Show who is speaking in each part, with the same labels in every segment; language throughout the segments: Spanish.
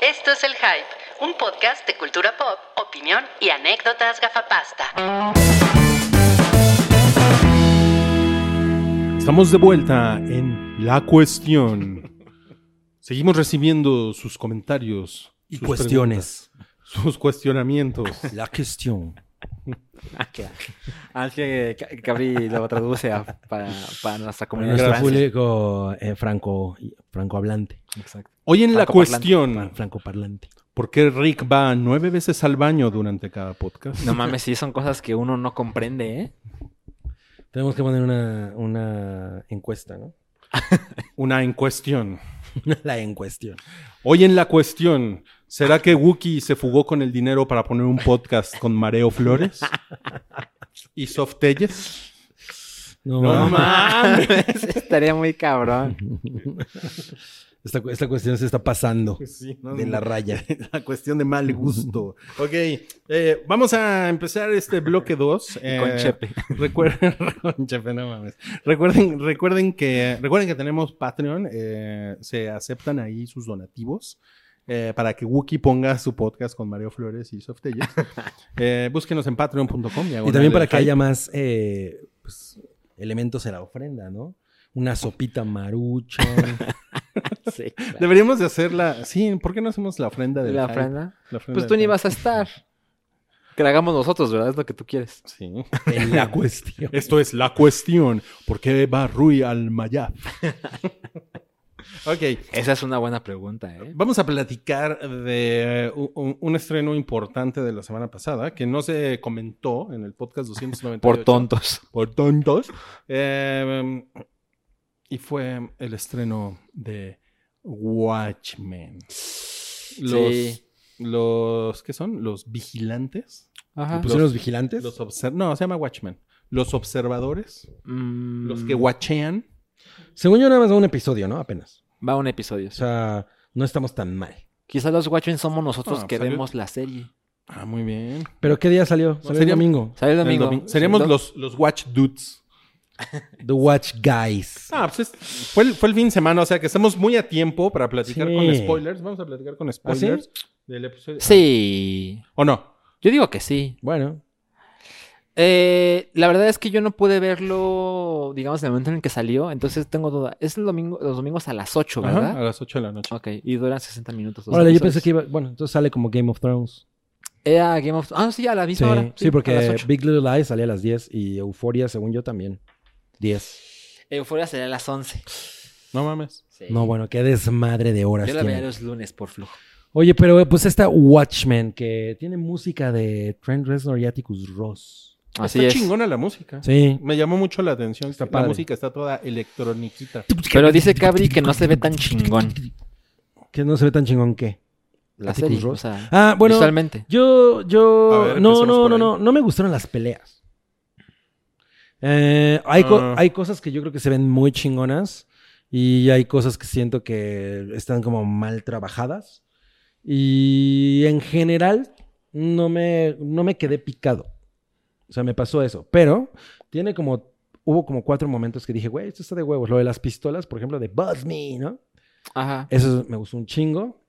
Speaker 1: Esto es El Hype, un podcast de cultura pop, opinión y anécdotas gafapasta.
Speaker 2: Estamos de vuelta en La Cuestión. Seguimos recibiendo sus comentarios.
Speaker 3: y
Speaker 2: sus
Speaker 3: cuestiones.
Speaker 2: preguntas, sus cuestionamientos.
Speaker 3: La cuestión.
Speaker 4: Así Ah, que Ca- Gabri lo traduce a- para, para nuestra
Speaker 3: Con
Speaker 4: comunidad.
Speaker 3: nuestro
Speaker 2: Gracias.
Speaker 3: público eh, franco, francohablante,
Speaker 4: Exacto.
Speaker 2: Hoy en La
Speaker 4: Franco parlante,
Speaker 3: fran-
Speaker 2: Cuestión,
Speaker 3: francoparlante.
Speaker 2: ¿por qué Rick va nueve veces al baño durante cada podcast?
Speaker 4: No mames, sí, son cosas que uno no comprende, ¿eh?
Speaker 3: Tenemos que poner una, una encuesta, ¿no?
Speaker 2: Una en cuestión.
Speaker 3: La encuestión.
Speaker 2: Hoy en La Cuestión, ¿será que Wookiee se fugó con el dinero para poner un podcast con Mareo Flores? ¿Y Softelles?
Speaker 3: No,
Speaker 2: No
Speaker 3: mames.
Speaker 4: mames. Estaría muy cabrón.
Speaker 3: Esta, cu- esta cuestión se está pasando
Speaker 2: Sí, no,
Speaker 3: de
Speaker 2: no.
Speaker 3: la raya.
Speaker 2: La cuestión de mal gusto. Ok, eh, vamos a empezar este bloque eh, 2.
Speaker 4: con Chepe.
Speaker 2: Recuerden, con Chepe, no mames. Recuerden, recuerden, que, recuerden que tenemos Patreon. eh, se aceptan ahí sus donativos. eh, para que Wookie ponga su podcast con Mario Flores y Softella. Eh, búsquenos en patreon.com.
Speaker 3: Y también para que haya más eh, pues, elementos en la ofrenda, ¿no? Una sopita marucha.
Speaker 4: Sí, claro.
Speaker 2: Deberíamos de hacerla. Sí, ¿por qué no hacemos la ofrenda de
Speaker 4: ¿La ofrenda? Pues tú
Speaker 2: del
Speaker 4: ni
Speaker 2: hype?
Speaker 4: vas a estar. Que la hagamos nosotros, ¿verdad? Es lo que tú quieres.
Speaker 2: Sí.
Speaker 3: en la cuestión.
Speaker 2: Esto es la cuestión. ¿Por qué va Rui al Mayab? ok.
Speaker 4: Esa es una buena pregunta, ¿eh?
Speaker 2: Vamos a platicar de eh, u- un, un estreno importante de la semana pasada que no se comentó en el podcast 298.
Speaker 4: Por tontos.
Speaker 2: Por tontos. Eh, y fue el estreno de Watchmen. Los,
Speaker 4: Sí.
Speaker 2: los ¿qué son? Los vigilantes.
Speaker 4: Ajá.
Speaker 2: Pues,
Speaker 3: ¿Pusieron Pues, los, vigilantes?
Speaker 2: Los obser- no, se llama Watchmen. Los observadores.
Speaker 4: Mm,
Speaker 2: Los que watchean.
Speaker 3: Según yo, nada más da un episodio, ¿no? Apenas.
Speaker 4: Va un episodio.
Speaker 3: O sea, no estamos tan mal.
Speaker 4: Quizás los Watchmen somos nosotros
Speaker 2: Ah,
Speaker 4: que
Speaker 2: salió-
Speaker 4: vemos la serie.
Speaker 2: Ah, muy bien.
Speaker 3: ¿Pero qué día salió? Salió el
Speaker 2: sería-
Speaker 3: domingo.
Speaker 4: ¿Sale el
Speaker 2: El
Speaker 4: domingo?
Speaker 2: domingo. Seríamos
Speaker 4: ¿No?
Speaker 2: los, los Watch Dudes.
Speaker 3: The Watch Guys.
Speaker 2: Ah, pues es- fue, el, fue el fin de semana, o sea que estamos muy a tiempo para platicar
Speaker 3: Sí.
Speaker 2: con spoilers. Vamos a platicar con spoilers del episodio.
Speaker 4: ¿Ah, Sí.
Speaker 2: ¿O no?
Speaker 4: Yo digo que sí.
Speaker 3: Bueno,
Speaker 4: Eh, la verdad es que yo no pude verlo, digamos, en el momento en el que salió, entonces tengo duda. Es el domingo, los domingos a las 8,
Speaker 2: Ajá,
Speaker 4: ¿verdad?
Speaker 2: a las 8 de la noche.
Speaker 4: Ok, y duran 60 minutos. los
Speaker 3: órale, yo
Speaker 4: episodios.
Speaker 3: pensé que iba. Bueno, entonces sale como Game of Thrones.
Speaker 4: Era Game of Ah, sí, a la
Speaker 3: Sí,
Speaker 4: misma hora.
Speaker 3: sí,
Speaker 4: a las
Speaker 3: porque
Speaker 4: 8.
Speaker 3: Big Little Lies salía a las 10 y Euforia, según yo, también. 10.
Speaker 4: Euforia sería a las 11.
Speaker 2: No mames.
Speaker 4: Sí.
Speaker 3: No, bueno, este- qué desmadre de horas.
Speaker 4: Yo la
Speaker 3: tiene.
Speaker 4: veía los lunes por flujo.
Speaker 3: Oye, pero eh, pues esta Watchmen que tiene música de Trent Reznor y Atticus Ross.
Speaker 4: Así
Speaker 2: está
Speaker 4: es.
Speaker 2: chingona la música.
Speaker 3: Sí.
Speaker 2: Me llamó mucho la atención.
Speaker 3: Está
Speaker 2: la
Speaker 3: padre.
Speaker 2: música está toda electroniquita.
Speaker 4: Pero dice Cabri que no se ve tan chingón
Speaker 3: Que no se ve tan chingón que.
Speaker 4: la
Speaker 3: Atticus
Speaker 4: serie.
Speaker 3: Ross.
Speaker 4: O sea,
Speaker 3: Ah, bueno.
Speaker 4: visualmente.
Speaker 3: Yo, yo.
Speaker 2: A ver,
Speaker 3: no,
Speaker 2: empecemos
Speaker 3: no,
Speaker 2: por
Speaker 3: no,
Speaker 2: ahí.
Speaker 3: no. No me gustaron las peleas. Eh, hay, co-
Speaker 2: Ah.
Speaker 3: hay cosas que yo creo que se ven muy chingonas. Y hay cosas que siento que están como mal trabajadas. Y en general, no me, no me quedé picado. O sea, me pasó eso. Pero tiene como. Hubo como cuatro momentos que dije, güey, esto está de huevos. Lo de las pistolas, por ejemplo, de Buzz Me, ¿no?
Speaker 4: Ajá.
Speaker 3: Eso me gustó un chingo.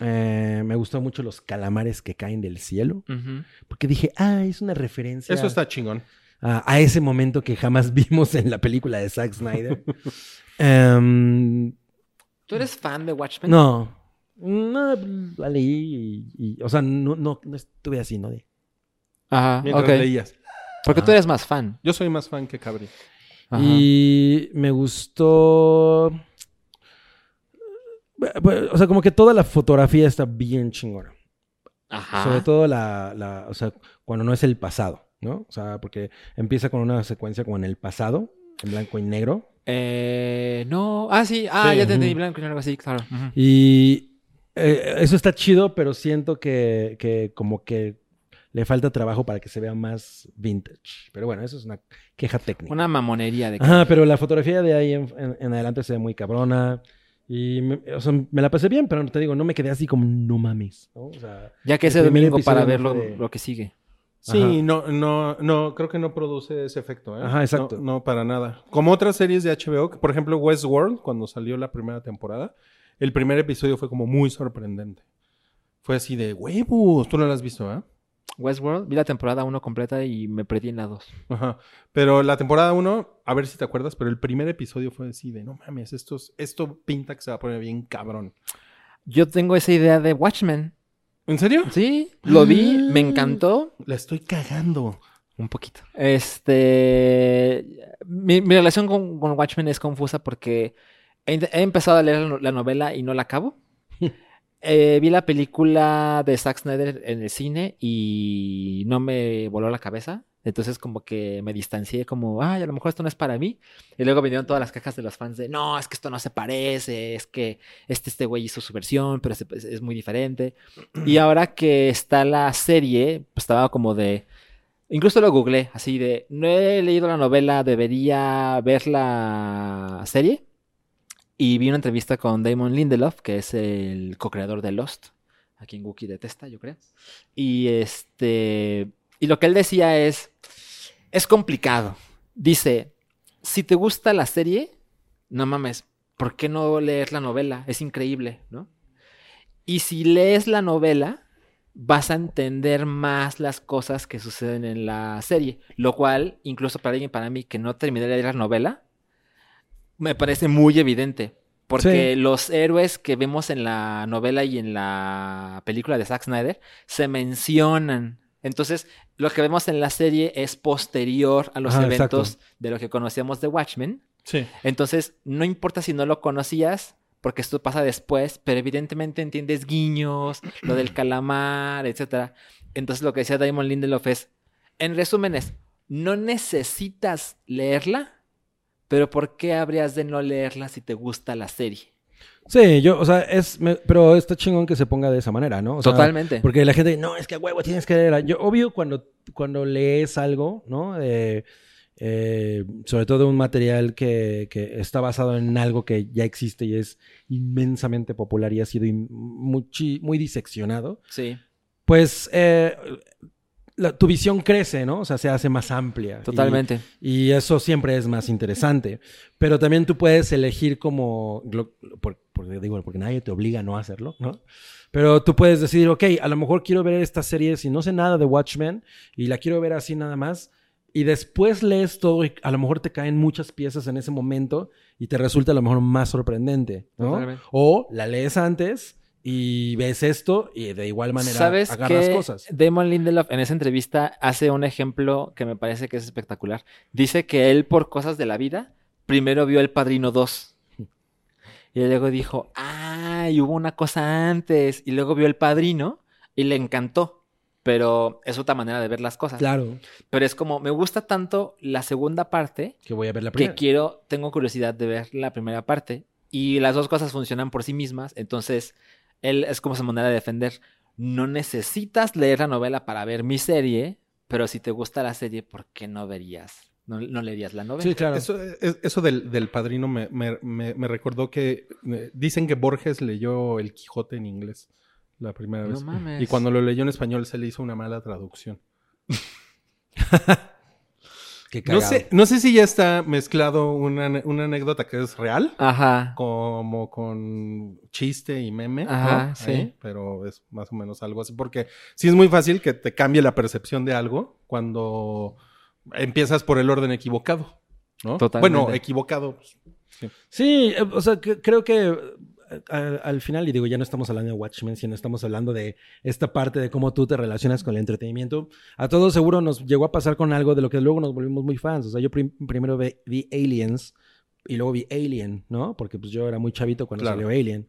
Speaker 3: Eh, me gustó mucho los calamares que caen del cielo.
Speaker 4: Ujú.
Speaker 3: Porque dije, ah, es una referencia
Speaker 2: Eso está chingón.
Speaker 3: a, a ese momento que jamás vimos en la película de Zack Snyder. Em,
Speaker 4: ¿Tú eres fan de Watchmen?
Speaker 3: no. No, la leí y, y- o sea, no, no, no estuve así, ¿no? De-
Speaker 4: Ajá,
Speaker 2: Mientras
Speaker 4: Ah, ok.
Speaker 2: leías.
Speaker 4: Porque tú
Speaker 3: Ajá.
Speaker 4: eres más fan.
Speaker 2: Yo soy más fan que Cabri.
Speaker 4: Ajá.
Speaker 3: Y me gustó... eh, Bu- bu- O sea, como que toda la fotografía está bien chingona.
Speaker 2: Ah.
Speaker 4: Ajá.
Speaker 3: Sobre todo la, la- o sea, cuando no es el pasado, ¿no? O sea, porque empieza con una secuencia como en el pasado, en blanco y negro.
Speaker 4: Eh, no. Ah, sí. Ah,
Speaker 3: Sí,
Speaker 4: ya te entendí
Speaker 3: ujú.
Speaker 4: blanco y algo así, claro. Ujú.
Speaker 3: Y eh, eso está chido, pero siento que, que como que le falta trabajo para que se vea más vintage. Pero bueno, eso es una queja técnica.
Speaker 4: Una mamonería de...
Speaker 3: Ajá, pero la fotografía de ahí en, en- en adelante se ve muy cabrona. Y me, o sea, me la pasé bien, pero te digo, no me quedé así como no mames. ¿no? O sea,
Speaker 4: Ya que
Speaker 3: El
Speaker 4: ese
Speaker 3: primer
Speaker 4: domingo para
Speaker 3: episodio
Speaker 4: ver
Speaker 3: no
Speaker 4: lo,
Speaker 3: fue de-
Speaker 4: lo que sigue.
Speaker 2: Sí, no, no, no, creo que no produce ese efecto. ¿eh?
Speaker 3: Ajá, exacto.
Speaker 2: No, no, para nada. Como otras series de HBO, que, por ejemplo Westworld, cuando salió la primera temporada, el primer episodio fue como muy sorprendente. Fue así de huevos. Tú no la has visto, ¿ah?
Speaker 4: Westworld, vi la temporada 1 completa y me perdí en la 2.
Speaker 2: Ajá. Pero la temporada 1, a ver si te acuerdas, pero el primer episodio fue así de no mames, esto, es- esto pinta que se va a poner bien cabrón.
Speaker 4: Yo tengo esa idea de Watchmen.
Speaker 2: ¿En serio?
Speaker 4: Sí, lo vi,
Speaker 2: Ah.
Speaker 4: me
Speaker 3: Mm.
Speaker 4: encantó.
Speaker 2: La estoy cagando.
Speaker 4: Un poquito. Este. Mi, mi relación con, con Watchmen es confusa porque he, int- he empezado a leer la no- la novela y no la acabo. Eh, vi la película de Zack Snyder en el cine y no me voló la cabeza. Entonces como que me distancié como, ay, a lo mejor esto no es para mí. Y luego vinieron todas las cajas de los fans de, no, es que esto no se parece, es que este, este güey hizo su versión, pero este, pues, es muy diferente. Y ahora que está la serie, pues estaba como de, incluso lo googleé, así de, no he leído la novela, debería ver la serie. Y vi una entrevista con Damon Lindelof, que es el co-creador de Lost, a quien Wookiee detesta, yo creo. Y este. Y lo que él decía es. Es complicado. Dice: Si te gusta la serie, no mames, ¿por qué no leer la novela? Es increíble, ¿no? Y si lees la novela, vas a entender más las cosas que suceden en la serie. Lo cual, incluso para alguien, para mí, que no terminé de leer la novela, me parece muy evidente. Porque los héroes que vemos en la novela y en la película de Zack Snyder se mencionan. Entonces, lo que vemos en la serie es posterior a los
Speaker 3: Ajá, exacto.
Speaker 4: eventos de lo que conocíamos de Watchmen.
Speaker 2: Sí.
Speaker 4: Entonces, no importa si no lo conocías, porque esto pasa después, pero evidentemente entiendes guiños, lo del calamar, etcétera. Entonces, lo que decía Damon Lindelof es, en resúmenes, no necesitas leerla, pero ¿por qué habrías de no leerla si te gusta la serie?
Speaker 3: Sí, yo, o sea, es. me- pero está chingón que se ponga de esa manera, ¿no? O sea,
Speaker 4: Totalmente.
Speaker 3: Porque la gente, no, es que a huevo tienes que leer. Yo, obvio, cuando, cuando lees algo, ¿no? Eh, eh, sobre todo un material que, que está basado en algo que ya existe y es inmensamente popular y ha sido in- muchi- muy diseccionado,
Speaker 4: sí,
Speaker 3: pues eh, la- tu visión crece, ¿no? O sea, se hace más amplia. Y-
Speaker 4: totalmente.
Speaker 3: y eso siempre es más interesante. Pero también tú puedes elegir como, lo- por- por- digo, porque nadie te obliga a no hacerlo, ¿no? Pero tú puedes decidir, ok, a lo mejor quiero ver esta serie si no sé nada de Watchmen y la quiero ver así nada más. Y después lees todo y a lo mejor te caen muchas piezas en ese momento y te resulta a lo mejor más sorprendente, ¿no?
Speaker 4: Totalmente.
Speaker 3: O la lees antes y ves esto y de igual manera
Speaker 4: ¿Sabes Ah,
Speaker 3: agarras
Speaker 4: que
Speaker 3: cosas.
Speaker 4: Damon Lindelof en esa entrevista hace un ejemplo que me parece que es espectacular. Dice que él, por cosas de la vida, primero vio El Padrino 2. Y luego dijo, ah, y hubo una cosa antes. Y luego vio El Padrino y le encantó. Pero es otra manera de ver las cosas.
Speaker 3: Claro,
Speaker 4: Pero es como, me gusta tanto la segunda parte
Speaker 3: que voy a ver la
Speaker 4: que
Speaker 3: primera.
Speaker 4: quiero, tengo curiosidad de ver la primera parte. Y las dos cosas funcionan por sí mismas, entonces él es como su manera de defender. No necesitas leer la novela para ver mi serie, pero si te gusta la serie, ¿por qué no verías? No, no leerías la novela.
Speaker 3: Sí, claro.
Speaker 2: Eso, eh, es- eso del, del padrino me, me- me- me recordó que eh, dicen que Borges leyó El Quijote en inglés la primera
Speaker 4: No
Speaker 2: vez.
Speaker 4: mames.
Speaker 2: Y cuando lo leyó en español se le hizo una mala traducción.
Speaker 3: Qué
Speaker 2: No
Speaker 3: cagado.
Speaker 2: sé, no sé si ya está mezclado una, ane- una anécdota que es real,
Speaker 4: Ajá.
Speaker 2: como con chiste y meme. ¿no?
Speaker 4: Ajá, sí.
Speaker 2: Ahí, pero es más o menos algo así. Porque sí es muy fácil que te cambie la percepción de algo cuando empiezas por el orden equivocado. ¿no?
Speaker 4: Totalmente.
Speaker 2: Bueno, equivocado. pues,
Speaker 3: Sí, eh, o sea, que- creo que eh, al, al final, y digo, ya no estamos hablando de Watchmen, sino estamos hablando de esta parte de cómo tú te relacionas con el entretenimiento. A todos seguro nos llegó a pasar con algo de lo que luego nos volvimos muy fans. O sea, yo prim- primero ve- vi Aliens y luego vi Alien, ¿no? Porque pues yo era muy chavito cuando
Speaker 2: Claro.
Speaker 3: salió Alien.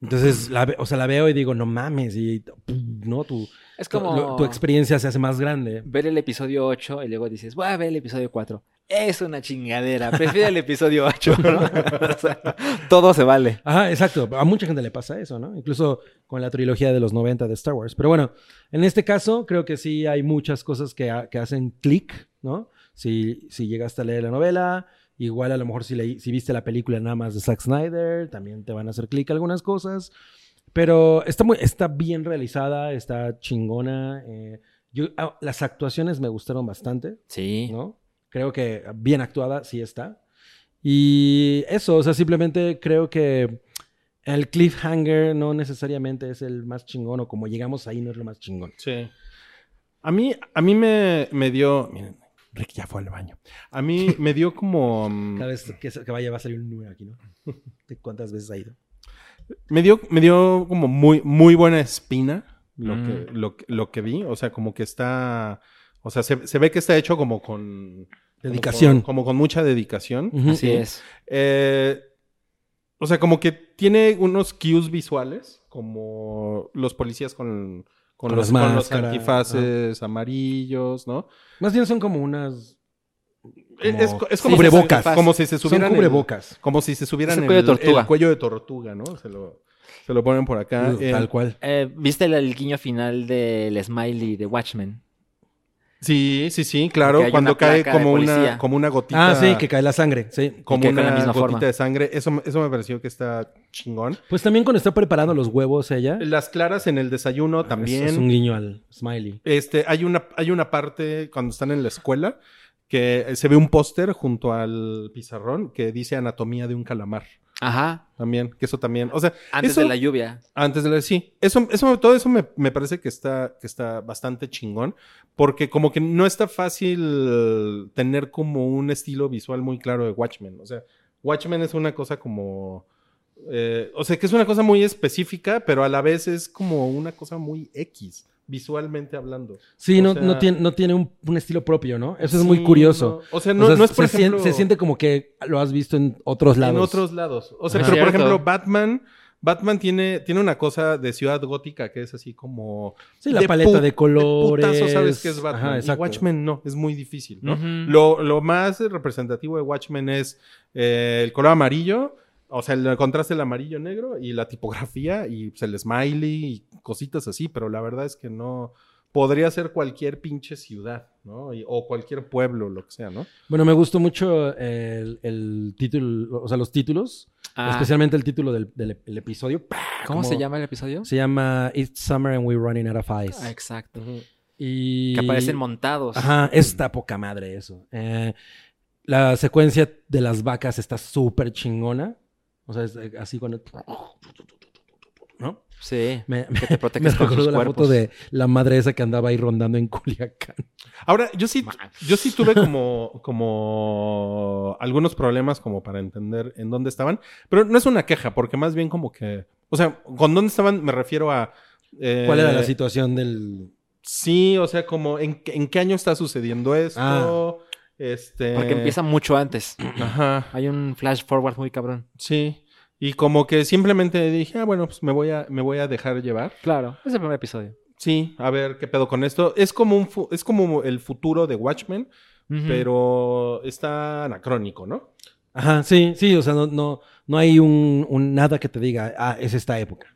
Speaker 3: Entonces, la, ve- o sea, la veo y digo, no mames, y pum, no, tu,
Speaker 4: Es
Speaker 3: tu-
Speaker 4: como
Speaker 3: lo- tu experiencia se hace más grande.
Speaker 4: ver el episodio 8 y luego dices, voy a ver el episodio 4. Es una chingadera, prefiero el episodio 8. ¿no? O sea, todo se vale.
Speaker 3: Ajá, exacto. A mucha gente le pasa eso, ¿no? Incluso con la trilogía de los 90 de Star Wars. Pero bueno, en este caso creo que sí hay muchas cosas que, ha- que hacen clic, ¿no? Si, si llegaste a leer la novela, igual a lo mejor si, leí- si viste la película nada más de Zack Snyder, también te van a hacer clic algunas cosas. Pero está, muy, está bien realizada, está chingona. eh, yo, ah, las actuaciones me gustaron bastante.
Speaker 4: Sí.
Speaker 3: ¿no? Creo que bien actuada sí está. Y eso, o sea, simplemente creo que eh, El cliffhanger no necesariamente es el más chingón o como llegamos ahí no es lo más chingón.
Speaker 2: Sí. A mí, a mí me, me dio. Miren, Rick ya fue al baño. A mí me dio como. mm,
Speaker 3: Cada vez que, que vaya va a salir un número aquí, ¿no? ¿De cuántas veces ha ido?
Speaker 2: Me dio, me dio como muy, muy buena espina lo,
Speaker 4: Mm.
Speaker 2: que, lo, que- lo que vi. O sea, como que está. O sea, se, se ve que está hecho como con. como
Speaker 3: Dedicación.
Speaker 2: con- Como con, mucha dedicación.
Speaker 3: Ujú.
Speaker 4: Así es.
Speaker 2: Eh, o sea, como que tiene unos cues visuales, como los policías con, con
Speaker 3: Con
Speaker 2: los,
Speaker 3: las
Speaker 2: con los
Speaker 3: máscaras,
Speaker 2: antifaces amarillos, ¿no?
Speaker 3: Más bien son como unas.
Speaker 2: Es, es- es como,
Speaker 4: Sí,
Speaker 2: si se,
Speaker 4: cubrebocas.
Speaker 2: como si se
Speaker 3: Son
Speaker 2: subieran el-
Speaker 3: cubrebocas.
Speaker 2: como si se subieran
Speaker 4: Es el
Speaker 2: el,
Speaker 4: cuello de tortuga.
Speaker 2: el cuello de tortuga, ¿no? Se lo, se lo ponen por acá.
Speaker 3: Uh,
Speaker 2: Eh,
Speaker 3: tal cual.
Speaker 4: Eh, ¿Viste el, el guiño final del Smiley de Watchmen?
Speaker 2: Sí, sí, sí, claro.
Speaker 4: Que hay una
Speaker 2: Cuando cae
Speaker 4: placa de
Speaker 2: como una,
Speaker 4: policía.
Speaker 2: como una gotita.
Speaker 3: Ah, sí, que cae la sangre, sí.
Speaker 2: como
Speaker 4: que con la
Speaker 2: una
Speaker 4: misma
Speaker 2: gotita
Speaker 4: forma.
Speaker 2: de sangre. Eso, me- eso me pareció que está chingón.
Speaker 3: Pues también cuando está preparando los huevos ella.
Speaker 2: Las claras en el
Speaker 4: Ah,
Speaker 2: desayuno también.
Speaker 3: Es, es un guiño al smiley.
Speaker 2: Este, hay una, hay una parte cuando están en la escuela que eh, se ve un póster junto al pizarrón que dice anatomía de un calamar.
Speaker 4: Ajá.
Speaker 2: También, que eso también. O sea,
Speaker 4: Antes
Speaker 2: eso-
Speaker 4: de la lluvia.
Speaker 2: Antes de la sí. Eso, eso, todo eso me, me parece que está, que está bastante chingón. Porque como que no está fácil tener como un estilo visual muy claro de Watchmen. O sea, Watchmen es una cosa como. eh, o sea, que es una cosa muy específica, pero a la vez es como una cosa muy X, visualmente hablando.
Speaker 3: Sí,
Speaker 2: O
Speaker 3: no,
Speaker 2: sea-
Speaker 3: no tiene, no tiene un, un estilo propio, ¿no? Eso es
Speaker 2: Sí,
Speaker 3: muy curioso.
Speaker 2: no. O sea, no,
Speaker 3: O sea,
Speaker 2: no es por
Speaker 3: se,
Speaker 2: ejemplo,
Speaker 3: siente, se siente como que lo has visto en otros lados.
Speaker 2: En otros lados. O sea,
Speaker 3: Ajá.
Speaker 2: pero por
Speaker 4: Cierto.
Speaker 2: ejemplo, Batman. Batman tiene, tiene una cosa de ciudad gótica que es así como
Speaker 3: Sí, la
Speaker 2: de
Speaker 3: paleta
Speaker 2: pu-
Speaker 3: de colores.
Speaker 2: putazo sabes que es Batman.
Speaker 3: Ajá,
Speaker 2: Y
Speaker 3: exacto.
Speaker 2: Watchmen no, es muy difícil, ¿no?
Speaker 4: Ujú.
Speaker 2: lo, lo más representativo de Watchmen es eh, el color amarillo, o sea, el contraste del amarillo-negro y la tipografía y pues, el smiley y cositas así, pero la verdad es que no... Podría ser cualquier pinche ciudad, ¿no? Y- o cualquier pueblo, lo que sea, ¿no?
Speaker 3: Bueno, me gustó mucho el, el título, o sea, los títulos,
Speaker 4: Ah,
Speaker 3: especialmente el título del, del- el episodio. ¡Pah!
Speaker 4: ¿Cómo
Speaker 3: como-
Speaker 4: se llama el episodio?
Speaker 3: Se llama It's Summer and We're Running Out of Ice.
Speaker 4: Ah, exacto.
Speaker 3: Y...
Speaker 4: Que aparecen montados.
Speaker 3: Ajá, está poca madre eso. Eh, la secuencia de las vacas está súper chingona. O sea, es eh, así cuando... ¿No?
Speaker 4: Sí.
Speaker 3: Me,
Speaker 4: Que te
Speaker 3: me
Speaker 4: proteges con sus
Speaker 3: recuerdo la
Speaker 4: cuerpos.
Speaker 3: foto de la madre esa que andaba ahí rondando en Culiacán.
Speaker 2: Ahora, yo sí,
Speaker 4: Man.
Speaker 2: yo sí tuve como, como algunos problemas como para entender en dónde estaban, pero no es una queja, porque más bien como que, o sea, con dónde estaban me refiero a... eh,
Speaker 3: ¿Cuál era la situación del...?
Speaker 2: Sí, o sea, como en, qué- en qué año está sucediendo esto.
Speaker 3: Ah.
Speaker 2: Este.
Speaker 4: Porque empieza mucho antes.
Speaker 2: Ajá.
Speaker 4: Hay un flash forward muy cabrón.
Speaker 2: Sí. Y como que simplemente dije, ah, bueno, pues me voy a, me voy a dejar llevar.
Speaker 4: Claro, es el primer episodio.
Speaker 2: Sí, a ver qué pedo con esto. Es como un fu- es como el futuro de Watchmen,
Speaker 4: Ujú.
Speaker 2: pero está anacrónico, ¿no?
Speaker 3: Ajá, sí, sí, o sea, no, no, no hay un, un nada que te diga, ah, es esta época.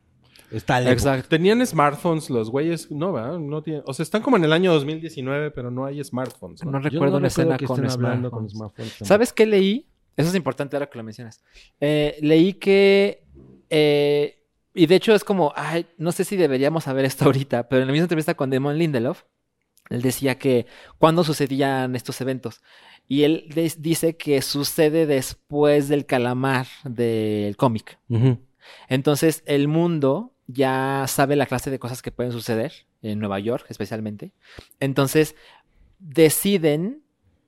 Speaker 3: Está la época.
Speaker 4: Exacto.
Speaker 2: Tenían smartphones los güeyes, no, ¿verdad? No tienen, o sea, están como en el año 2019, pero no hay smartphones. ¿no?
Speaker 4: No
Speaker 3: Yo
Speaker 4: recuerdo
Speaker 3: no
Speaker 4: una escena
Speaker 3: que
Speaker 4: con
Speaker 3: estén hablando
Speaker 4: smartphones.
Speaker 3: con smartphones.
Speaker 4: ¿Sabes qué leí? Eso es importante ahora que lo mencionas. Eh, leí que. eh, y de hecho es como, ay, no sé si deberíamos saber esto ahorita, pero en la misma entrevista con Damon Lindelof, él decía que cuándo sucedían estos eventos. Y él des- dice que sucede después del calamar del cómic.
Speaker 3: Ujú.
Speaker 4: Entonces, el mundo ya sabe la clase de cosas que pueden suceder, en Nueva York especialmente. Entonces, deciden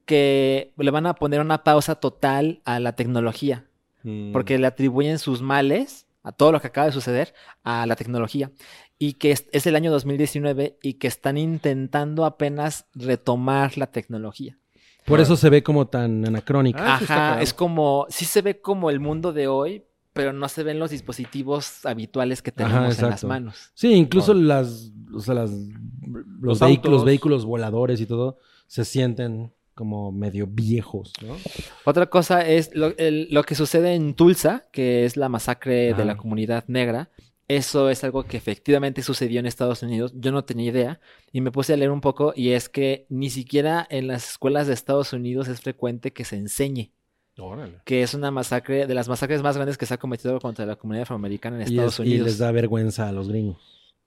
Speaker 4: que le van a poner una pausa total a la tecnología,
Speaker 2: Mm.
Speaker 4: porque le atribuyen sus males, a todo lo que acaba de suceder, a la tecnología. Y que es, es el año 2019 y que están intentando apenas retomar la tecnología.
Speaker 3: Por eso se ve como tan anacrónica.
Speaker 2: Ah, eso está
Speaker 4: Ajá,
Speaker 2: cagado.
Speaker 4: es como, sí se ve como el mundo de hoy, pero no se ven los dispositivos habituales que
Speaker 3: Ajá,
Speaker 4: tenemos en las
Speaker 3: exacto.
Speaker 4: manos.
Speaker 3: Sí, incluso
Speaker 2: Ahora.
Speaker 3: las, o sea, las, los,
Speaker 2: Los
Speaker 3: vehi-
Speaker 2: autos.
Speaker 3: los vehículos voladores y todo se sienten como medio viejos, ¿no?
Speaker 4: Otra cosa es lo, el- lo que sucede en Tulsa, que es la masacre
Speaker 3: Ajá.
Speaker 4: de la comunidad negra. Eso es algo que efectivamente sucedió en Estados Unidos. Yo no tenía idea y me puse a leer un poco y es que ni siquiera en las escuelas de Estados Unidos es frecuente que se enseñe,
Speaker 2: Órale.
Speaker 4: que es una masacre de las masacres más grandes que se ha cometido contra la comunidad afroamericana en
Speaker 3: Y, es-
Speaker 4: Estados
Speaker 3: y
Speaker 4: Unidos.
Speaker 3: les da vergüenza a los gringos.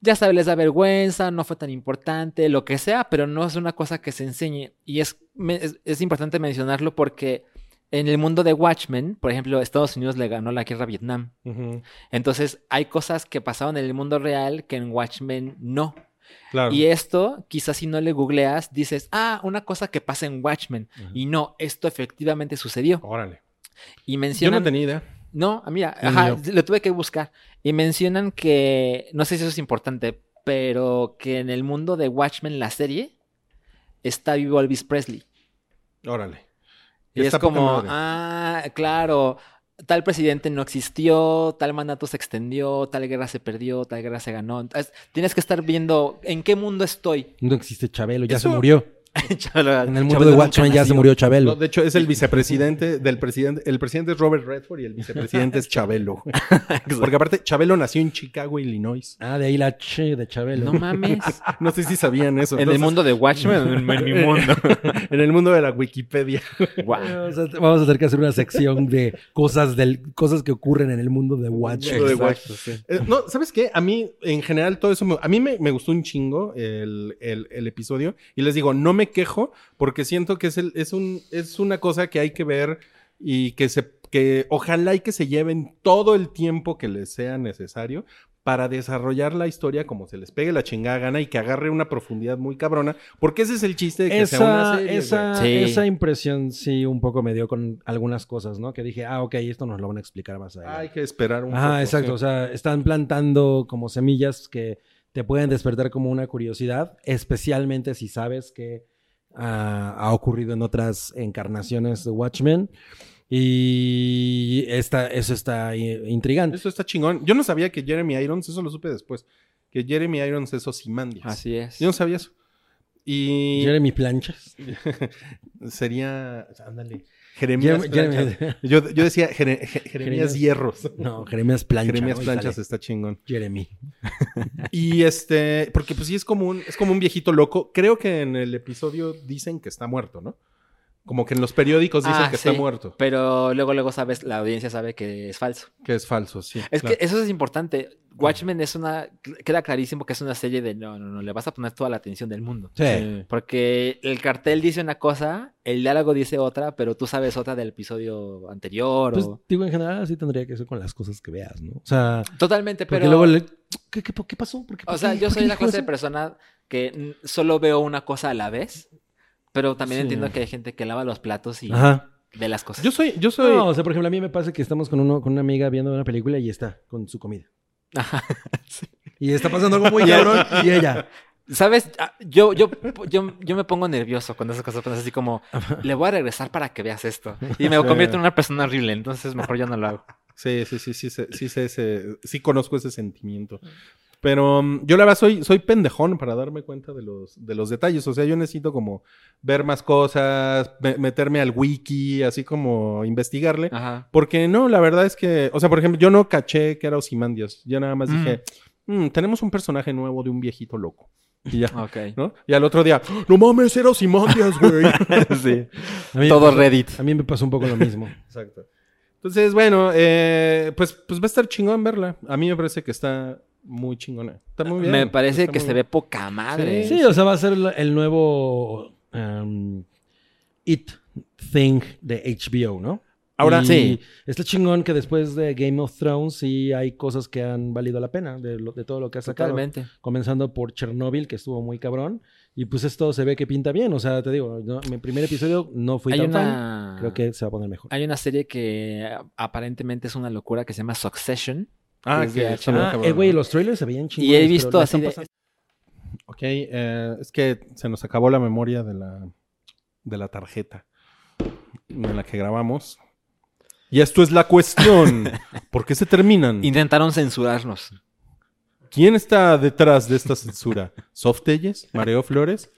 Speaker 4: Ya sabes, les da vergüenza, no fue tan importante, lo que sea, pero no es una cosa que se enseñe. Y es, me- es, es importante mencionarlo porque en el mundo de Watchmen, por ejemplo, Estados Unidos le ganó la guerra a Vietnam.
Speaker 3: Ujú,
Speaker 4: Entonces, hay cosas que pasaron en el mundo real que en Watchmen no.
Speaker 2: Claro.
Speaker 4: Y esto, quizás si no le googleas, dices, ah, una cosa que pasa en Watchmen.
Speaker 2: Ajá.
Speaker 4: Y no, esto efectivamente sucedió.
Speaker 2: Órale.
Speaker 4: Y
Speaker 2: Yo no
Speaker 4: mencionan...
Speaker 2: tenía idea.
Speaker 4: No, ah, mira,
Speaker 2: Ni
Speaker 4: ajá,
Speaker 2: yo.
Speaker 4: lo tuve que buscar. Y mencionan que, no sé si eso es importante, pero que en el mundo de Watchmen, la serie, está vivo Elvis Presley.
Speaker 2: Órale.
Speaker 4: Y
Speaker 2: Está
Speaker 4: es como,
Speaker 2: poca madre.
Speaker 4: ah, claro, tal presidente no existió, tal mandato se extendió, tal guerra se perdió, tal guerra se ganó. Entonces, tienes que estar viendo en qué mundo estoy.
Speaker 3: No existe Chabelo, ya
Speaker 2: Eso-
Speaker 3: se murió.
Speaker 4: Chabelo-
Speaker 3: En el mundo
Speaker 4: Chabelo
Speaker 3: de
Speaker 4: nunca
Speaker 3: Watchmen ya se
Speaker 4: nació.
Speaker 3: murió
Speaker 2: No,
Speaker 3: Chabelo.
Speaker 2: de hecho, es el vicepresidente del presidente. El presidente es Robert Redford y el vicepresidente es Chabelo. Porque aparte, Chabelo nació en Chicago, Illinois.
Speaker 3: Ah, de ahí la Ch de Chabelo.
Speaker 4: No mames.
Speaker 2: No sé si sabían eso.
Speaker 4: En el
Speaker 2: Entonces,
Speaker 4: mundo de Watchmen, en, en mi mundo.
Speaker 2: en el mundo de la Wikipedia.
Speaker 4: Guau.
Speaker 3: Vamos a, vamos a tener que hacer una sección de cosas del cosas que ocurren en el mundo de
Speaker 2: Mundo de
Speaker 3: Watchmen.
Speaker 2: Watchmen. Eh, no, ¿sabes qué? A mí, en general, todo eso, me- a mí me, me gustó un chingo el, el- el episodio. Y les digo, no me quejo porque siento que es, el- es, un, es una cosa que hay que ver y que, se, que ojalá y que se lleven todo el tiempo que les sea necesario para desarrollar la historia como se les pegue la chingada gana y que agarre una profundidad muy cabrona. Porque ese es el chiste de que sea una
Speaker 3: Esa,
Speaker 2: serie,
Speaker 3: esa,
Speaker 4: güey. Sí.
Speaker 3: esa impresión sí un poco me dio con algunas cosas, ¿no? Que dije, ah, ok, esto nos lo van a explicar más
Speaker 2: güey.
Speaker 3: adelante.
Speaker 2: Hay que esperar un poco,
Speaker 3: Ajá, exacto.
Speaker 2: sí.
Speaker 3: O sea, están plantando como semillas que te pueden despertar como una curiosidad, especialmente si sabes que ah, ha ocurrido en otras encarnaciones de Watchmen. Y esta, eso está eh, intrigante.
Speaker 2: Eso está chingón. Yo no sabía que Jeremy Irons, eso lo supe después, que Jeremy Irons es Ozymandias.
Speaker 4: Así es.
Speaker 2: Yo no sabía eso. Y
Speaker 3: Jeremy Planchas.
Speaker 2: sería. Ándale.
Speaker 3: Jerem-
Speaker 2: Jeremías.
Speaker 3: Jeremy-
Speaker 2: Planchas. Yo, yo decía Jere- Je- Jeremías
Speaker 3: Jeremías.
Speaker 2: Hierros.
Speaker 3: no, Jeremías Planchas.
Speaker 2: Jeremías Planchas está chingón.
Speaker 3: Jeremy.
Speaker 2: Y este, porque pues sí es como un, es como un viejito loco. Creo que en el episodio dicen que está muerto, ¿no? Como que en los periódicos dicen
Speaker 4: Ah,
Speaker 2: que
Speaker 4: sí.
Speaker 2: está muerto,
Speaker 4: Pero luego, luego sabes, la audiencia sabe que es falso.
Speaker 2: que es falso, sí.
Speaker 4: Es
Speaker 2: claro.
Speaker 4: que eso es importante. Watchmen es una. Queda clarísimo que es una serie de no, no, no, le vas a poner toda la atención del mundo.
Speaker 3: Sí.
Speaker 2: Sí.
Speaker 4: Porque el cartel dice una cosa, el diálogo dice otra, pero tú sabes otra del episodio anterior.
Speaker 3: Pues,
Speaker 4: o-
Speaker 3: digo, en general así tendría que ser con las cosas que veas, ¿no? O sea,
Speaker 4: Totalmente,
Speaker 3: porque
Speaker 4: pero.
Speaker 3: luego le- ¿Qué, qué, qué pasó? ¿Por qué-
Speaker 4: O
Speaker 3: por
Speaker 4: sea,
Speaker 3: qué- por
Speaker 4: yo
Speaker 3: qué
Speaker 4: soy la
Speaker 3: dijo
Speaker 4: clase de
Speaker 3: eso?
Speaker 4: persona que mm, solo veo una cosa a la vez, pero también
Speaker 3: Sí.
Speaker 4: entiendo que hay gente que lava los platos y
Speaker 3: Ajá.
Speaker 4: ve las cosas.
Speaker 2: Yo soy, yo soy.
Speaker 3: No, o sea, por ejemplo, a mí me pasa que estamos con, uno, con una amiga viendo una película y está con su comida.
Speaker 4: Ajá.
Speaker 3: Y está pasando algo muy cabrón y ella.
Speaker 4: ¿Sabes? Ah, Yo, yo, yo, yo me pongo nervioso cuando esas cosas pasan así como, le voy a regresar para que veas esto. Y me
Speaker 2: Sí.
Speaker 4: convierto en una persona horrible, entonces mejor ya no lo hago.
Speaker 2: Sí, sí, sí, sí, sí, sí, sí, sí, sí conozco ese sentimiento. Pero mm, yo la verdad soy, soy pendejón para darme cuenta de los, de los detalles. O sea, yo necesito como ver más cosas, me- meterme al wiki, así como investigarle.
Speaker 4: Ajá.
Speaker 2: Porque no, la verdad es que, o sea, por ejemplo, yo no caché que era Osimandias. Yo nada más
Speaker 4: Mm. Ah.
Speaker 2: dije, "Mm, tenemos un personaje nuevo de un viejito loco. Y ya,
Speaker 4: Ok.
Speaker 2: ¿no? Y al otro día, no mames, era Osimandias, güey.
Speaker 4: sí.
Speaker 3: A mí, me
Speaker 4: Todo
Speaker 3: pasó-
Speaker 4: Reddit.
Speaker 3: a mí me pasó un poco lo mismo.
Speaker 2: Exacto. Entonces, bueno, eh, pues, pues va a estar chingón verla. A mí me parece que está muy chingona. Está muy bien.
Speaker 4: Me parece
Speaker 2: Está
Speaker 4: que
Speaker 2: muy
Speaker 4: se ve
Speaker 2: bien.
Speaker 4: poca madre. ¿eh?
Speaker 3: Sí, o sea, va a ser el nuevo um, It Thing de HBO, ¿no?
Speaker 4: Ahora-
Speaker 3: Y
Speaker 4: Sí.
Speaker 3: Está chingón que después de Game of Thrones sí hay cosas que han valido la pena de, lo- de todo lo que ha sacado.
Speaker 4: Totalmente.
Speaker 3: comenzando por Chernobyl, que estuvo muy cabrón. Y pues esto se ve que pinta bien. O sea, te digo, no, mi primer episodio no fui
Speaker 4: Hay
Speaker 3: tan
Speaker 4: una...
Speaker 3: fan. Creo que se va a poner mejor.
Speaker 4: Hay una serie que eh, aparentemente es una locura que se llama Succession.
Speaker 2: Ah,
Speaker 4: Es
Speaker 2: que
Speaker 4: de
Speaker 2: está
Speaker 4: HBO.
Speaker 2: muy
Speaker 3: Ah,
Speaker 2: cabrón.
Speaker 3: eh, güey, los trailers se veían chingones.
Speaker 4: Y he
Speaker 3: pero
Speaker 4: visto
Speaker 3: la
Speaker 4: así
Speaker 3: están
Speaker 4: de...
Speaker 3: pasando-
Speaker 2: Ok, eh, es que se nos acabó la memoria de la, de la tarjeta en la que grabamos. Y esto es la cuestión. ¿Por qué se terminan?
Speaker 4: Intentaron censurarnos.
Speaker 2: ¿Quién está detrás de esta censura? ¿Soft Telles? ¿Mareo Flores?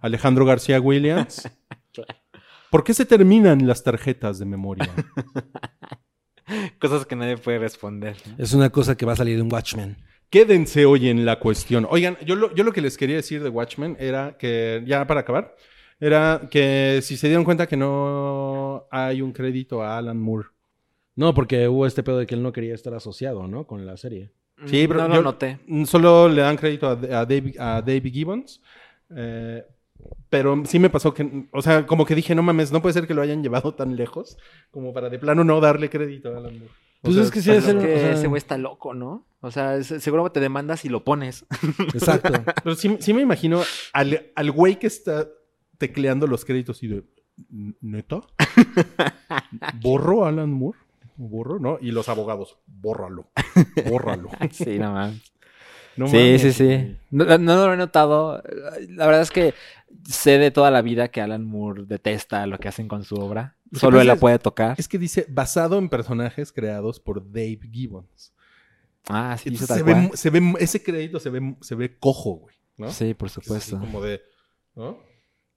Speaker 2: ¿Alejandro García Williams? ¿Por qué se terminan las tarjetas de memoria?
Speaker 4: Cosas que nadie puede responder. ¿no?
Speaker 3: Es una cosa que va a salir en Watchmen.
Speaker 2: Quédense hoy en la cuestión. Oigan, yo lo, yo lo que les quería decir de Watchmen era que, ya para acabar, era que si se dieron cuenta que no hay un crédito a Alan Moore.
Speaker 3: No, porque hubo este pedo de que él no quería estar asociado, ¿no? Con la serie.
Speaker 2: Sí, pero
Speaker 4: Mm, no lo
Speaker 2: yo-
Speaker 4: noté.
Speaker 2: Mm, Solo le dan crédito a, a David, a David Gibbons. eh, Pero sí me pasó que, o sea, como que dije, no mames, no puede ser que lo hayan llevado tan lejos como para de plano no darle crédito a Alan Moore. O
Speaker 3: Pues
Speaker 2: sea,
Speaker 3: es que sí
Speaker 2: está
Speaker 3: es el-
Speaker 2: loco.
Speaker 4: que
Speaker 3: o sea-
Speaker 4: ese güey está loco, ¿no? O sea, se- seguro te demandas y lo pones.
Speaker 3: Exacto.
Speaker 2: Pero sí, sí me imagino al, al güey que está tecleando los créditos y de... ¿Neta? ¿Borro a Alan Moore? ¿Borro? ¿No? Y los abogados, bórralo, bórralo.
Speaker 4: Sí, no mames.
Speaker 2: No
Speaker 4: sí,
Speaker 2: mames,
Speaker 4: sí, sí.
Speaker 2: güey.
Speaker 4: No, no- no lo he notado. La verdad es que sé de toda la vida que Alan Moore detesta lo que hacen con su obra.
Speaker 2: que
Speaker 4: Solo él
Speaker 2: pasa
Speaker 4: la
Speaker 2: es-
Speaker 4: puede tocar.
Speaker 2: Es que dice, basado en personajes creados por Dave Gibbons.
Speaker 4: Ah, sí, dice
Speaker 2: Entonces,
Speaker 4: tal
Speaker 2: se, ve,
Speaker 4: cual.
Speaker 2: mu- se ve, mu- ese crédito se ve, se ve cojo, güey, ¿no?
Speaker 4: Sí, por
Speaker 2: Es así
Speaker 4: supuesto.
Speaker 2: Como de, ¿no?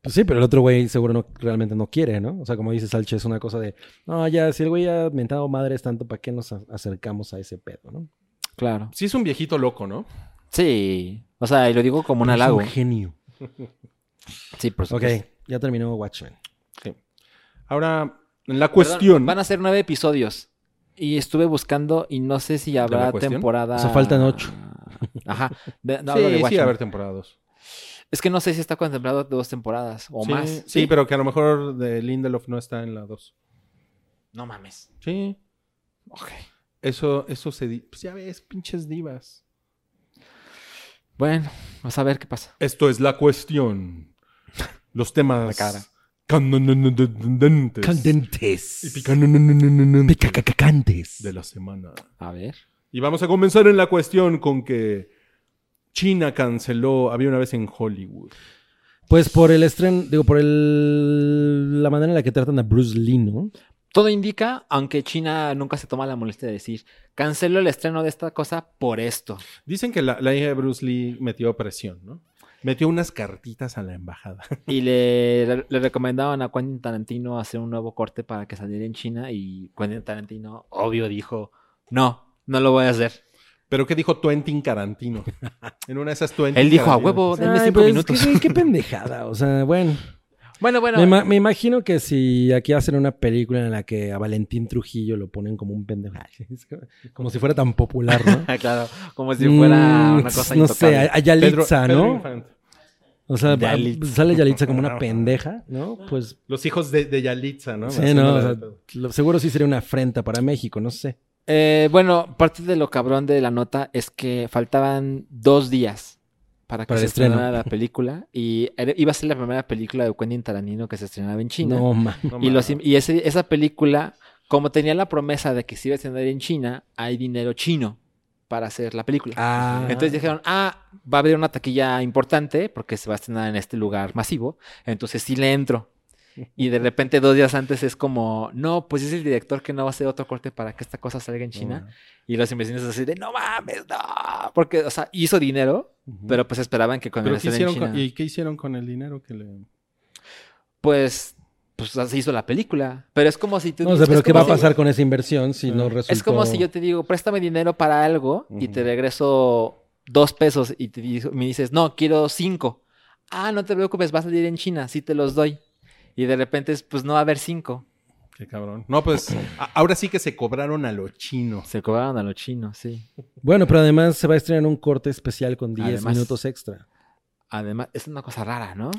Speaker 3: Pues sí, pero el otro güey seguro no, realmente no quiere, ¿no? O sea, como dice Salche, es una cosa de, no, ya, si el güey ha mentado madres tanto, ¿para qué nos a- acercamos a ese pedo, no?
Speaker 4: Claro.
Speaker 2: Sí es un viejito loco, ¿no?
Speaker 4: Sí. O sea, y lo digo como un halago.
Speaker 3: Es un genio.
Speaker 4: Sí, por
Speaker 3: Ok,
Speaker 4: supuesto.
Speaker 3: ya terminó Watchmen.
Speaker 2: Ahora, la
Speaker 4: Perdón,
Speaker 2: cuestión...
Speaker 4: van a ser nueve episodios. Y estuve buscando y no sé si habrá
Speaker 2: cuestión?
Speaker 4: temporada.
Speaker 3: O sea, faltan ocho.
Speaker 4: Ajá. De- no,
Speaker 2: sí,
Speaker 4: hablo de
Speaker 2: sí, a
Speaker 4: Watchmen.
Speaker 2: ver temporada dos.
Speaker 4: Es que no sé si está contemplado dos temporadas o
Speaker 2: sí,
Speaker 4: más.
Speaker 2: Sí, pero que a lo mejor de Lindelof no está en la 2.
Speaker 4: No mames.
Speaker 2: Sí.
Speaker 4: Ok.
Speaker 2: Eso, eso se... di- Pues ya ves, pinches divas.
Speaker 4: Bueno, vamos a ver qué pasa.
Speaker 2: Esto es la cuestión. Los temas...
Speaker 4: La cara.
Speaker 2: Candentes. Y
Speaker 3: Candentes.
Speaker 2: picantes
Speaker 3: Picacacantes.
Speaker 2: de la semana.
Speaker 4: A ver.
Speaker 2: Y vamos a comenzar en la cuestión con que China canceló Había una vez en Hollywood.
Speaker 3: Pues por el estreno, digo, por el, la manera en la que tratan a Bruce Lee, ¿no?
Speaker 4: Todo indica, aunque China nunca se toma la molestia de decir, cancelo el estreno de esta cosa por esto.
Speaker 2: Dicen que la, la hija de Bruce Lee metió presión, ¿no? Metió unas cartitas a la embajada.
Speaker 4: Y le, le recomendaban a Quentin Tarantino hacer un nuevo corte para que saliera en China y Quentin Tarantino, obvio, dijo, no, no lo voy a hacer.
Speaker 2: Pero ¿qué dijo Twentin Carantino? En una de esas Twentin
Speaker 4: Él dijo, a
Speaker 2: Tarantino".
Speaker 4: huevo, denme
Speaker 3: Ay,
Speaker 4: cinco
Speaker 3: pues,
Speaker 4: minutos.
Speaker 3: Qué, qué pendejada, o sea, bueno. me,
Speaker 4: Bueno, bueno,
Speaker 3: ima- me imagino que si aquí hacen una película en la que a Valentín Trujillo lo ponen como un pendejo, Ay, es como- como si fuera tan popular, ¿no?
Speaker 4: ah, claro, como si fuera
Speaker 3: Mm,
Speaker 4: una cosa
Speaker 3: No sé, a,
Speaker 4: intocable.
Speaker 3: a Yalitza,
Speaker 2: Pedro- Pedro
Speaker 3: ¿no?
Speaker 2: Infante.
Speaker 3: o sea,
Speaker 4: Yalitza.
Speaker 3: sale Yalitza como una pendeja, ¿no? Pues,
Speaker 2: Los hijos de, de Yalitza, ¿no?
Speaker 3: sí,
Speaker 2: Haciendo
Speaker 3: no, o
Speaker 2: la-
Speaker 3: sea, lo- seguro sí sería una afrenta para México, no sé.
Speaker 4: Eh, bueno, parte de lo cabrón de la nota es que faltaban dos días para que
Speaker 3: Para el
Speaker 4: se
Speaker 3: estreno.
Speaker 4: estrenara la película y era- iba a ser la primera película de Quentin Tarantino que se estrenaba en China.
Speaker 3: No, man.
Speaker 2: no
Speaker 4: y los-
Speaker 2: mames.
Speaker 4: y ese- esa película, como tenía la promesa de que se iba a estrenar en China, hay dinero chino para hacer la película.
Speaker 3: Ah.
Speaker 4: Entonces dijeron, ah, va a haber una taquilla importante porque se va a estrenar en este lugar masivo, entonces sí le entro. Y de repente dos días antes es como, no, pues es el director que no va a hacer otro corte para que esta cosa salga en China. Y los inversionistas así de, no mames, no. Porque, o sea, hizo dinero,
Speaker 3: Mm.
Speaker 2: Ujú.
Speaker 4: pero pues esperaban que cuando
Speaker 2: ¿Pero
Speaker 4: la
Speaker 2: qué
Speaker 4: hicieron en
Speaker 2: hicieron
Speaker 4: China,
Speaker 2: con, ¿y qué hicieron con el dinero que le...?
Speaker 4: pues, pues se hizo la película. Pero es como si tú...
Speaker 3: No, o sea, pero
Speaker 4: es
Speaker 3: ¿qué va
Speaker 4: como
Speaker 3: a
Speaker 4: si-
Speaker 3: pasar con esa inversión si no
Speaker 2: Ah.
Speaker 3: resulta?
Speaker 4: Es como si yo te digo, préstame dinero para algo y te regreso dos pesos y te di- me dices, no, quiero cinco. Ah, no te preocupes, vas a salir en China, sí te los doy. Y de repente, es, pues no va a haber cinco.
Speaker 2: Qué cabrón. No, pues a- ahora sí que se cobraron a los chinos.
Speaker 4: Se cobraron a los chinos, sí.
Speaker 3: Bueno, pero además se va a estrenar un corte especial con 10
Speaker 4: Además.
Speaker 3: minutos extra.
Speaker 4: Además, es una cosa rara, ¿no?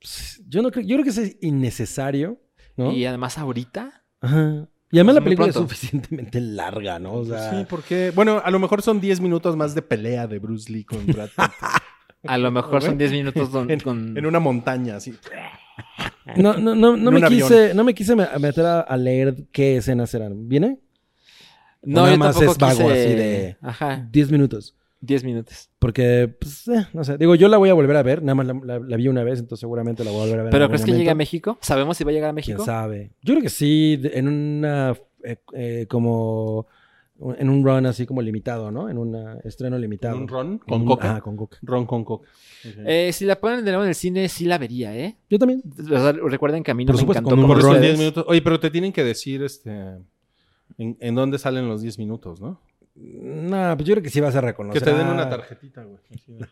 Speaker 3: Pues, Yo no creo, yo creo que eso es innecesario, ¿no?
Speaker 4: Y además ahorita...
Speaker 3: Ajá. Y además
Speaker 4: Es
Speaker 3: la
Speaker 4: muy
Speaker 3: película es
Speaker 4: pronto.
Speaker 3: suficientemente larga, ¿no? O sea,
Speaker 2: Sí, porque... Bueno, a lo mejor son 10 minutos más de pelea de Bruce Lee con Brad Pitt
Speaker 4: A lo mejor son 10 minutos don- con...
Speaker 2: en una montaña, así.
Speaker 3: no, no, no, no
Speaker 2: En
Speaker 3: me
Speaker 2: un avión.
Speaker 3: quise, no me quise me- meter a, a leer qué escenas eran. ¿Viene?
Speaker 4: No,
Speaker 3: nada
Speaker 4: yo
Speaker 3: más
Speaker 4: tampoco
Speaker 3: es vago,
Speaker 4: quise-
Speaker 3: así de-
Speaker 4: Ajá,
Speaker 3: 10 minutos.
Speaker 4: 10 minutos.
Speaker 3: Porque, pues, eh, no sé. Digo, yo la voy a volver a ver. Nada más la, la- la vi una vez, entonces seguramente la voy a volver a ver. en
Speaker 4: ¿Pero
Speaker 3: algún
Speaker 4: crees que llegue a
Speaker 3: momento.
Speaker 4: México? ¿Sabemos si va a llegar a
Speaker 3: ¿Quién
Speaker 4: México?
Speaker 3: sabe? Yo creo que sí, de- en una. eh, eh, como. En un run así como limitado, ¿no? En un estreno limitado.
Speaker 2: un ron
Speaker 3: En
Speaker 2: con
Speaker 3: un-
Speaker 2: coca.
Speaker 3: Ah, con coca.
Speaker 2: Ron con coca.
Speaker 4: Eh, si la ponen de nuevo en el cine, sí la vería, ¿eh?
Speaker 3: Yo también.
Speaker 4: O sea, recuerden que a mí no
Speaker 3: Por
Speaker 4: me
Speaker 3: supuesto,
Speaker 4: encantó
Speaker 3: con
Speaker 4: como
Speaker 2: Por
Speaker 3: ron.
Speaker 2: son
Speaker 4: ustedes.
Speaker 2: 10 minutos. Oye, pero te tienen que decir este... En, en dónde salen los 10 minutos, ¿no?
Speaker 3: No, pues yo creo que sí vas a reconocer.
Speaker 2: que te den
Speaker 3: Ah,
Speaker 2: una tarjetita, güey. Así de-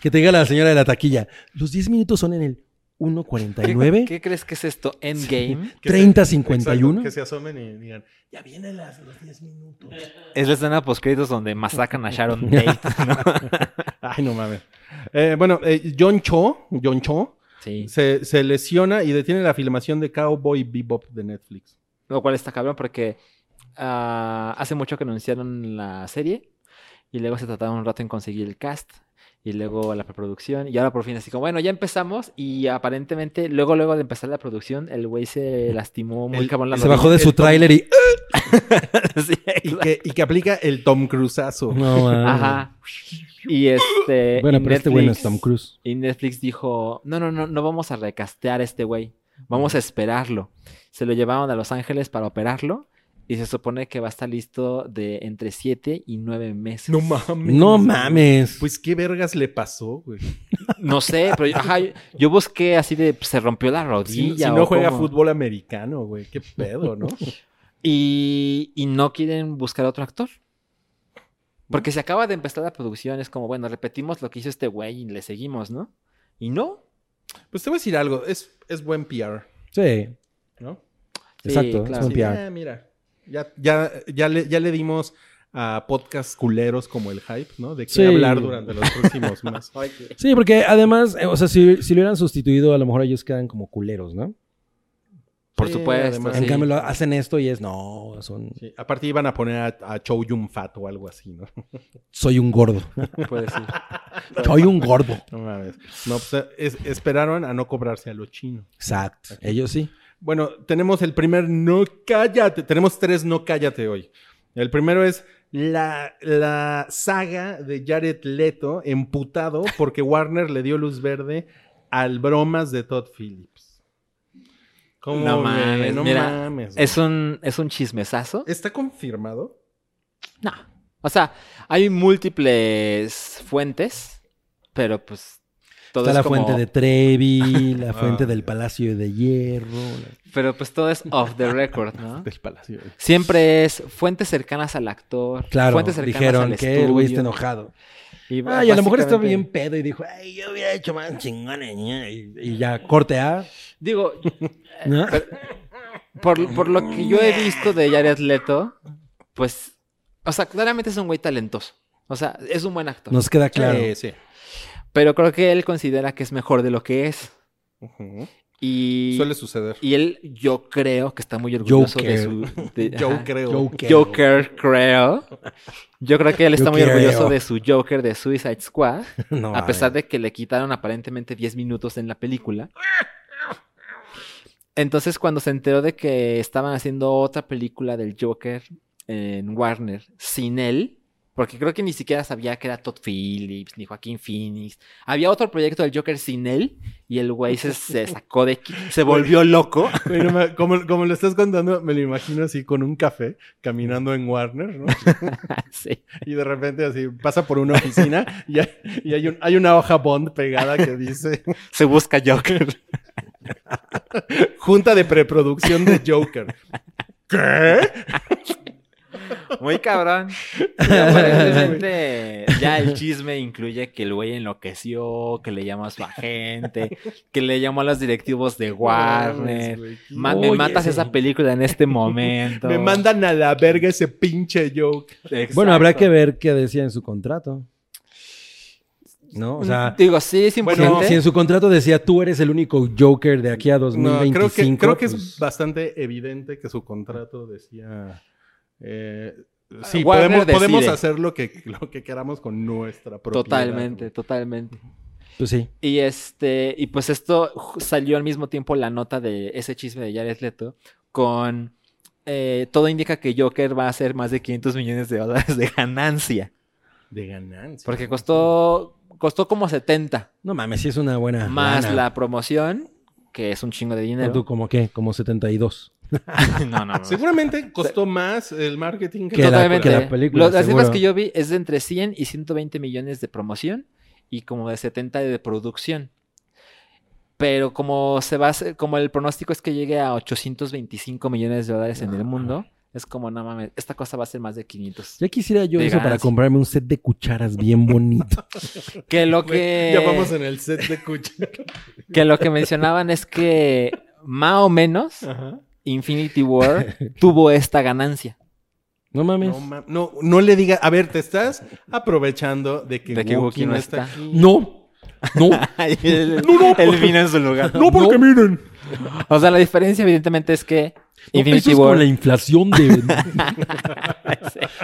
Speaker 3: Que te diga la señora de la taquilla. Los 10 minutos son en el
Speaker 4: ¿Qué,
Speaker 3: 1.49,
Speaker 4: qué crees que es esto? Endgame.
Speaker 2: Que se- exacto,
Speaker 3: 30.51.
Speaker 2: Que se asomen y digan, ya vienen las, los 10 minutos.
Speaker 4: Es la escena post créditos donde masacran a Sharon Tate.
Speaker 2: Ay, no mames. Eh, bueno, eh, John Cho, John Cho
Speaker 4: Sí.
Speaker 2: se, se lesiona y detiene la filmación de Cowboy Bebop de Netflix.
Speaker 4: Lo cual está cabrón porque ah, hace mucho que anunciaron la serie y luego se trataron un rato en conseguir el cast y luego la preproducción y ahora por fin así como, bueno, ya empezamos y aparentemente luego luego de empezar la producción el güey se lastimó muy
Speaker 2: El-
Speaker 4: cabrón la
Speaker 3: Se bajó de su tráiler y.
Speaker 4: rodilla. Sí,
Speaker 2: Y
Speaker 4: exacto.
Speaker 2: que, y que aplica el Tom Cruzazo.
Speaker 3: No, man.
Speaker 4: Ajá. Y este...
Speaker 3: Bueno,
Speaker 4: y
Speaker 3: pero este güey no es
Speaker 4: Netflix-
Speaker 3: Tom Cruise.
Speaker 4: Y Netflix dijo, no, no, no, no vamos a recastear a este güey. Vamos a esperarlo. Se lo llevaron a Los Ángeles para operarlo y se supone que va a estar listo de entre 7 y 9 meses. No,
Speaker 2: mames.
Speaker 3: No mames.
Speaker 2: Pues qué vergas le pasó, güey.
Speaker 4: sé, pero yo, ajá, yo- yo busqué así de, pues, se rompió la
Speaker 2: Si,
Speaker 4: rodilla.
Speaker 2: si
Speaker 4: o
Speaker 2: no juega
Speaker 4: cómo.
Speaker 2: fútbol americano, güey. Qué pedo, ¿no?
Speaker 4: Y, y no quieren buscar otro actor. Porque se acaba de empezar la producción, es como, bueno, repetimos lo que hizo este güey y le seguimos, ¿no? Y no.
Speaker 2: Pues te voy a decir algo. Es, es buen PR,
Speaker 3: Sí.
Speaker 2: ¿no?
Speaker 4: Sí,
Speaker 3: Exacto,
Speaker 4: claro.
Speaker 3: es un
Speaker 2: Sí,
Speaker 3: PR.
Speaker 2: "Ah, mira, ya, ya, ya, le, ya le dimos a podcasts culeros como el Hype, ¿no? De qué
Speaker 3: Sí.
Speaker 2: hablar durante los próximos meses.
Speaker 3: Sí, porque además, eh, o sea, si, si lo hubieran sustituido, a lo mejor ellos quedan como culeros, ¿no?
Speaker 4: Por
Speaker 2: Sí,
Speaker 4: supuesto.
Speaker 2: además.
Speaker 3: En
Speaker 4: sí.
Speaker 3: cambio, lo hacen esto y es, no, son,
Speaker 2: Sí, Aparte iban a poner a, a Chow Yun Fat o algo así, ¿no?
Speaker 3: soy un gordo.
Speaker 4: Puede ser.
Speaker 3: soy un gordo.
Speaker 2: No mames. No, pues, es- esperaron a no cobrarse a lo chino.
Speaker 3: Exacto. Ellos sí.
Speaker 2: Bueno, tenemos el primer no cállate. Tenemos tres no cállate hoy. El primero es la, la saga de Jared Leto emputado porque Warner le dio luz verde al bromas de Todd Phillips. ¿Cómo
Speaker 4: No
Speaker 2: ve?
Speaker 4: mames, mira,
Speaker 2: mames,
Speaker 4: Es
Speaker 2: güey.
Speaker 4: un, es un chismesazo.
Speaker 2: ¿Está confirmado?
Speaker 4: No. O sea, hay múltiples fuentes, pero pues todo
Speaker 3: Está
Speaker 4: es
Speaker 3: la
Speaker 4: como-
Speaker 3: fuente de Trevi, la
Speaker 2: Ah,
Speaker 3: fuente del
Speaker 2: ya.
Speaker 3: Palacio de Hierro.
Speaker 4: Pero pues todo es off the record, ¿no?
Speaker 3: Este.
Speaker 2: Del palacio.
Speaker 4: Siempre es fuentes cercanas al actor,
Speaker 3: Claro,
Speaker 4: fuentes cercanas
Speaker 3: dijeron
Speaker 4: al
Speaker 3: que el güey está
Speaker 4: estudio,
Speaker 3: enojado.
Speaker 4: y
Speaker 3: Ah, y a lo mejor está
Speaker 4: básicamente-
Speaker 3: bien pedo y dijo, ay, yo hubiera hecho más chingones. ¿no?" Y, y ya, corte A.
Speaker 4: Digo,
Speaker 3: ¿no?
Speaker 4: por, por lo que yo he visto de Jared Leto, pues, o sea, claramente es un güey talentoso. O sea, es un buen actor.
Speaker 3: Nos queda claro.
Speaker 4: Eh,
Speaker 2: Sí, sí.
Speaker 4: Pero creo que él considera que es mejor de lo que es.
Speaker 2: Ujú.
Speaker 4: Y...
Speaker 2: Suele suceder.
Speaker 4: Y él, yo creo que está muy orgulloso
Speaker 3: Joker.
Speaker 4: de su. de-
Speaker 2: Yo
Speaker 4: ajá.
Speaker 2: creo.
Speaker 3: Joker.
Speaker 4: Joker, creo. Yo creo que él está
Speaker 3: Yo
Speaker 4: muy
Speaker 3: creo.
Speaker 4: orgulloso de su Joker de Suicide Squad.
Speaker 3: No,
Speaker 4: a pesar de que le quitaron aparentemente 10 minutos en la película. Entonces, cuando se enteró de que estaban haciendo otra película del Joker en Warner sin él, porque creo que ni siquiera sabía que era Todd Phillips ni Joaquín Phoenix. Había otro proyecto del Joker sin él y el güey se, se sacó de. qui- Se volvió loco.
Speaker 2: Güey, no me- como, como lo estás contando, me lo imagino así con un café caminando en Warner, ¿no?
Speaker 4: Sí.
Speaker 2: Y de repente así pasa por una oficina y hay, y hay un- hay una hoja Bond pegada que dice
Speaker 4: Se busca Joker.
Speaker 2: Junta de preproducción de Joker. ¿Qué?
Speaker 4: Muy cabrón. Y aparentemente, ya el chisme incluye que el güey enloqueció, que le llamó a su agente, que le llamó a los directivos de
Speaker 2: Mames,
Speaker 4: Warner.
Speaker 2: güey.
Speaker 4: Ma- me
Speaker 3: Oye,
Speaker 4: matas
Speaker 3: sí.
Speaker 4: esa película en este momento.
Speaker 2: Me mandan a la verga ese pinche Joker.
Speaker 4: Exacto.
Speaker 3: Bueno, habrá que ver qué decía en su contrato. ¿No? O sea,
Speaker 4: Digo, sí, es
Speaker 3: si
Speaker 2: Bueno,
Speaker 4: importante.
Speaker 3: en- si en su contrato decía tú eres el único Joker de aquí a
Speaker 2: No,
Speaker 3: 2025.
Speaker 2: creo que, creo que
Speaker 3: pues,
Speaker 2: es bastante evidente que su contrato decía. eh, sí,
Speaker 4: Warner
Speaker 2: podemos, podemos
Speaker 4: decide.
Speaker 2: hacer lo que, lo que queramos con nuestra propiedad.
Speaker 4: Totalmente, totalmente.
Speaker 3: pues sí.
Speaker 4: Y este, y pues esto ju- salió al mismo tiempo la nota de ese chisme de Jared Leto con eh, todo indica que Joker va a hacer más de 500 millones de dólares de ganancia,
Speaker 2: De ganancia.
Speaker 4: porque costó costó como 70
Speaker 3: No mames, sí es una buena.
Speaker 4: más
Speaker 3: lana.
Speaker 4: la promoción, que es un chingo de
Speaker 3: ¿Tú
Speaker 4: dinero.
Speaker 3: como qué? Como 72.
Speaker 4: no, no, no.
Speaker 2: Ah, Seguramente costó más el marketing que
Speaker 3: Que la-
Speaker 4: Totalmente.
Speaker 3: que la película,
Speaker 4: Lo- las
Speaker 3: seguro.
Speaker 4: cifras que yo vi es de entre 100 y 120 millones de promoción y como de 70 de producción. Pero como se va a hacer- como el pronóstico es que llegue a 825 millones de dólares en el mundo, es como no mames, esta cosa va a ser más de 500.
Speaker 3: Ya quisiera yo
Speaker 4: De
Speaker 3: eso para
Speaker 4: ganancia.
Speaker 3: comprarme un set de cucharas bien bonito.
Speaker 4: Que lo
Speaker 2: Güey,
Speaker 4: que
Speaker 2: Ya vamos en el set de Cucha.
Speaker 4: que lo que mencionaban es que más o menos
Speaker 2: Ajá.
Speaker 4: Infinity War tuvo esta ganancia.
Speaker 3: No mames.
Speaker 2: No, ma- no, no le diga, a ver, te estás aprovechando de que,
Speaker 4: De que
Speaker 2: Wookiee
Speaker 4: Wookiee
Speaker 2: no
Speaker 4: no
Speaker 2: está
Speaker 4: está.
Speaker 2: aquí.
Speaker 3: No.
Speaker 2: No,
Speaker 4: el,
Speaker 2: No, no,
Speaker 4: el
Speaker 2: porque-
Speaker 4: vino en su lugar.
Speaker 2: no porque miren.
Speaker 4: O sea, la diferencia evidentemente es que
Speaker 3: Eso
Speaker 4: Infinity
Speaker 3: es
Speaker 4: War...
Speaker 3: con la inflación de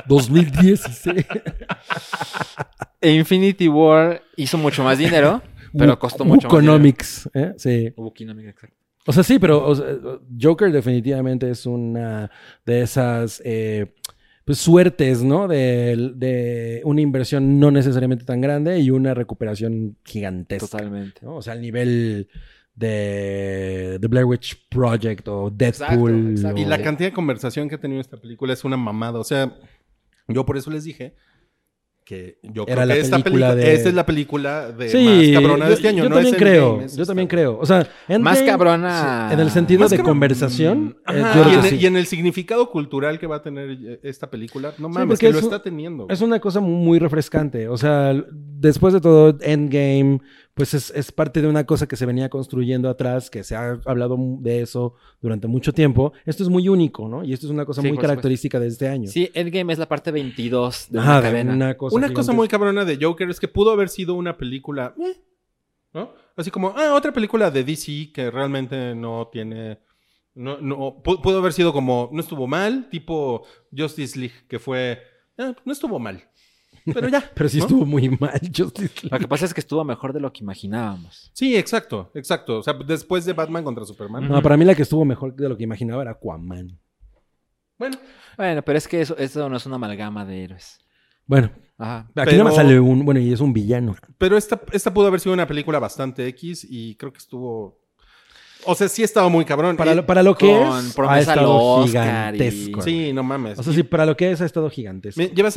Speaker 3: 2016.
Speaker 4: E Infinity War hizo mucho más dinero, pero costó
Speaker 3: Wo-
Speaker 4: mucho
Speaker 3: Wooconomics, ¿eh? Sí.
Speaker 4: más. Wooconomics. exacto.
Speaker 3: O sea, sí, pero o sea, Joker definitivamente es una de esas eh, pues, suertes, ¿no? De, de una inversión no necesariamente tan grande y una recuperación gigantesca.
Speaker 4: Totalmente.
Speaker 3: ¿no? O sea, al nivel de The Blair Witch Project o Deadpool.
Speaker 4: exacto.
Speaker 2: Y
Speaker 3: o-
Speaker 2: la cantidad de conversación que ha tenido esta película es una mamada. O sea, yo por eso les dije que yo
Speaker 3: Era
Speaker 2: creo
Speaker 3: la
Speaker 2: que esta
Speaker 3: película
Speaker 2: película,
Speaker 3: de-
Speaker 2: esta es la película de
Speaker 3: Sí,
Speaker 2: eh, más cabrona
Speaker 3: yo,
Speaker 2: de este año.
Speaker 3: yo
Speaker 2: no
Speaker 3: también
Speaker 2: es
Speaker 3: creo,
Speaker 2: Endgame, es
Speaker 3: yo
Speaker 2: esta.
Speaker 3: también creo. O sea,
Speaker 4: Más
Speaker 3: Endgame-
Speaker 4: cabrona.
Speaker 3: sí, en el sentido
Speaker 2: Más
Speaker 3: de
Speaker 2: cabrón.
Speaker 3: conversación. eh,
Speaker 2: Ajá,
Speaker 3: yo
Speaker 2: y,
Speaker 3: creo
Speaker 2: en,
Speaker 3: que
Speaker 2: el-
Speaker 3: sí.
Speaker 2: y en el significado cultural que va a tener eh, esta película, no mames,
Speaker 3: porque
Speaker 2: que
Speaker 3: es
Speaker 2: lo
Speaker 3: un-
Speaker 2: está teniendo. güey.
Speaker 3: Es una cosa muy refrescante. O sea, l- después de todo, Endgame, pues es, es parte de una cosa que se venía construyendo atrás, que se ha hablado mu- de eso durante mucho tiempo. Esto es muy único, ¿no? Y esto es una cosa
Speaker 4: Sí,
Speaker 3: muy
Speaker 4: por supuesto.
Speaker 3: característica de este año.
Speaker 4: Sí, Endgame es la parte 22 de
Speaker 3: Ajá,
Speaker 4: una
Speaker 3: de
Speaker 4: cadena.
Speaker 3: una cosa.
Speaker 2: Una cosa
Speaker 3: gigantesca.
Speaker 2: muy cabrona de Joker es que pudo haber sido una película, eh, ¿no? Así como, ah, otra película de DC que realmente no tiene, no, no, pu- pudo haber sido como, no estuvo mal, tipo Justice League, que fue, "Ah, no estuvo mal, pero ya.
Speaker 3: Pero sí
Speaker 2: ¿no?
Speaker 3: estuvo muy mal. Justice
Speaker 4: Lo
Speaker 3: League.
Speaker 4: que pasa es que estuvo mejor de lo que imaginábamos.
Speaker 2: Sí, exacto, exacto. O sea, después de Batman contra Superman.
Speaker 3: No, para mí la que estuvo mejor de lo que imaginaba era Aquaman.
Speaker 2: Bueno,
Speaker 4: Bueno, pero es que eso, eso no es una amalgama de héroes.
Speaker 3: Bueno,
Speaker 4: Ajá.
Speaker 3: aquí
Speaker 2: Pero-
Speaker 3: nada más sale un. Bueno, y es un villano.
Speaker 2: pero esta, esta pudo haber sido una película bastante X y creo que estuvo... O sea, sí estaba muy cabrón.
Speaker 3: Para
Speaker 2: Y-
Speaker 3: lo, para lo que
Speaker 4: con
Speaker 3: es, ha
Speaker 4: promesa al
Speaker 3: estado
Speaker 4: Oscar y-
Speaker 3: gigantesco.
Speaker 2: Sí, no mames.
Speaker 3: O sea, sí, para lo que es, ha estado gigantesco.
Speaker 2: Me- lleva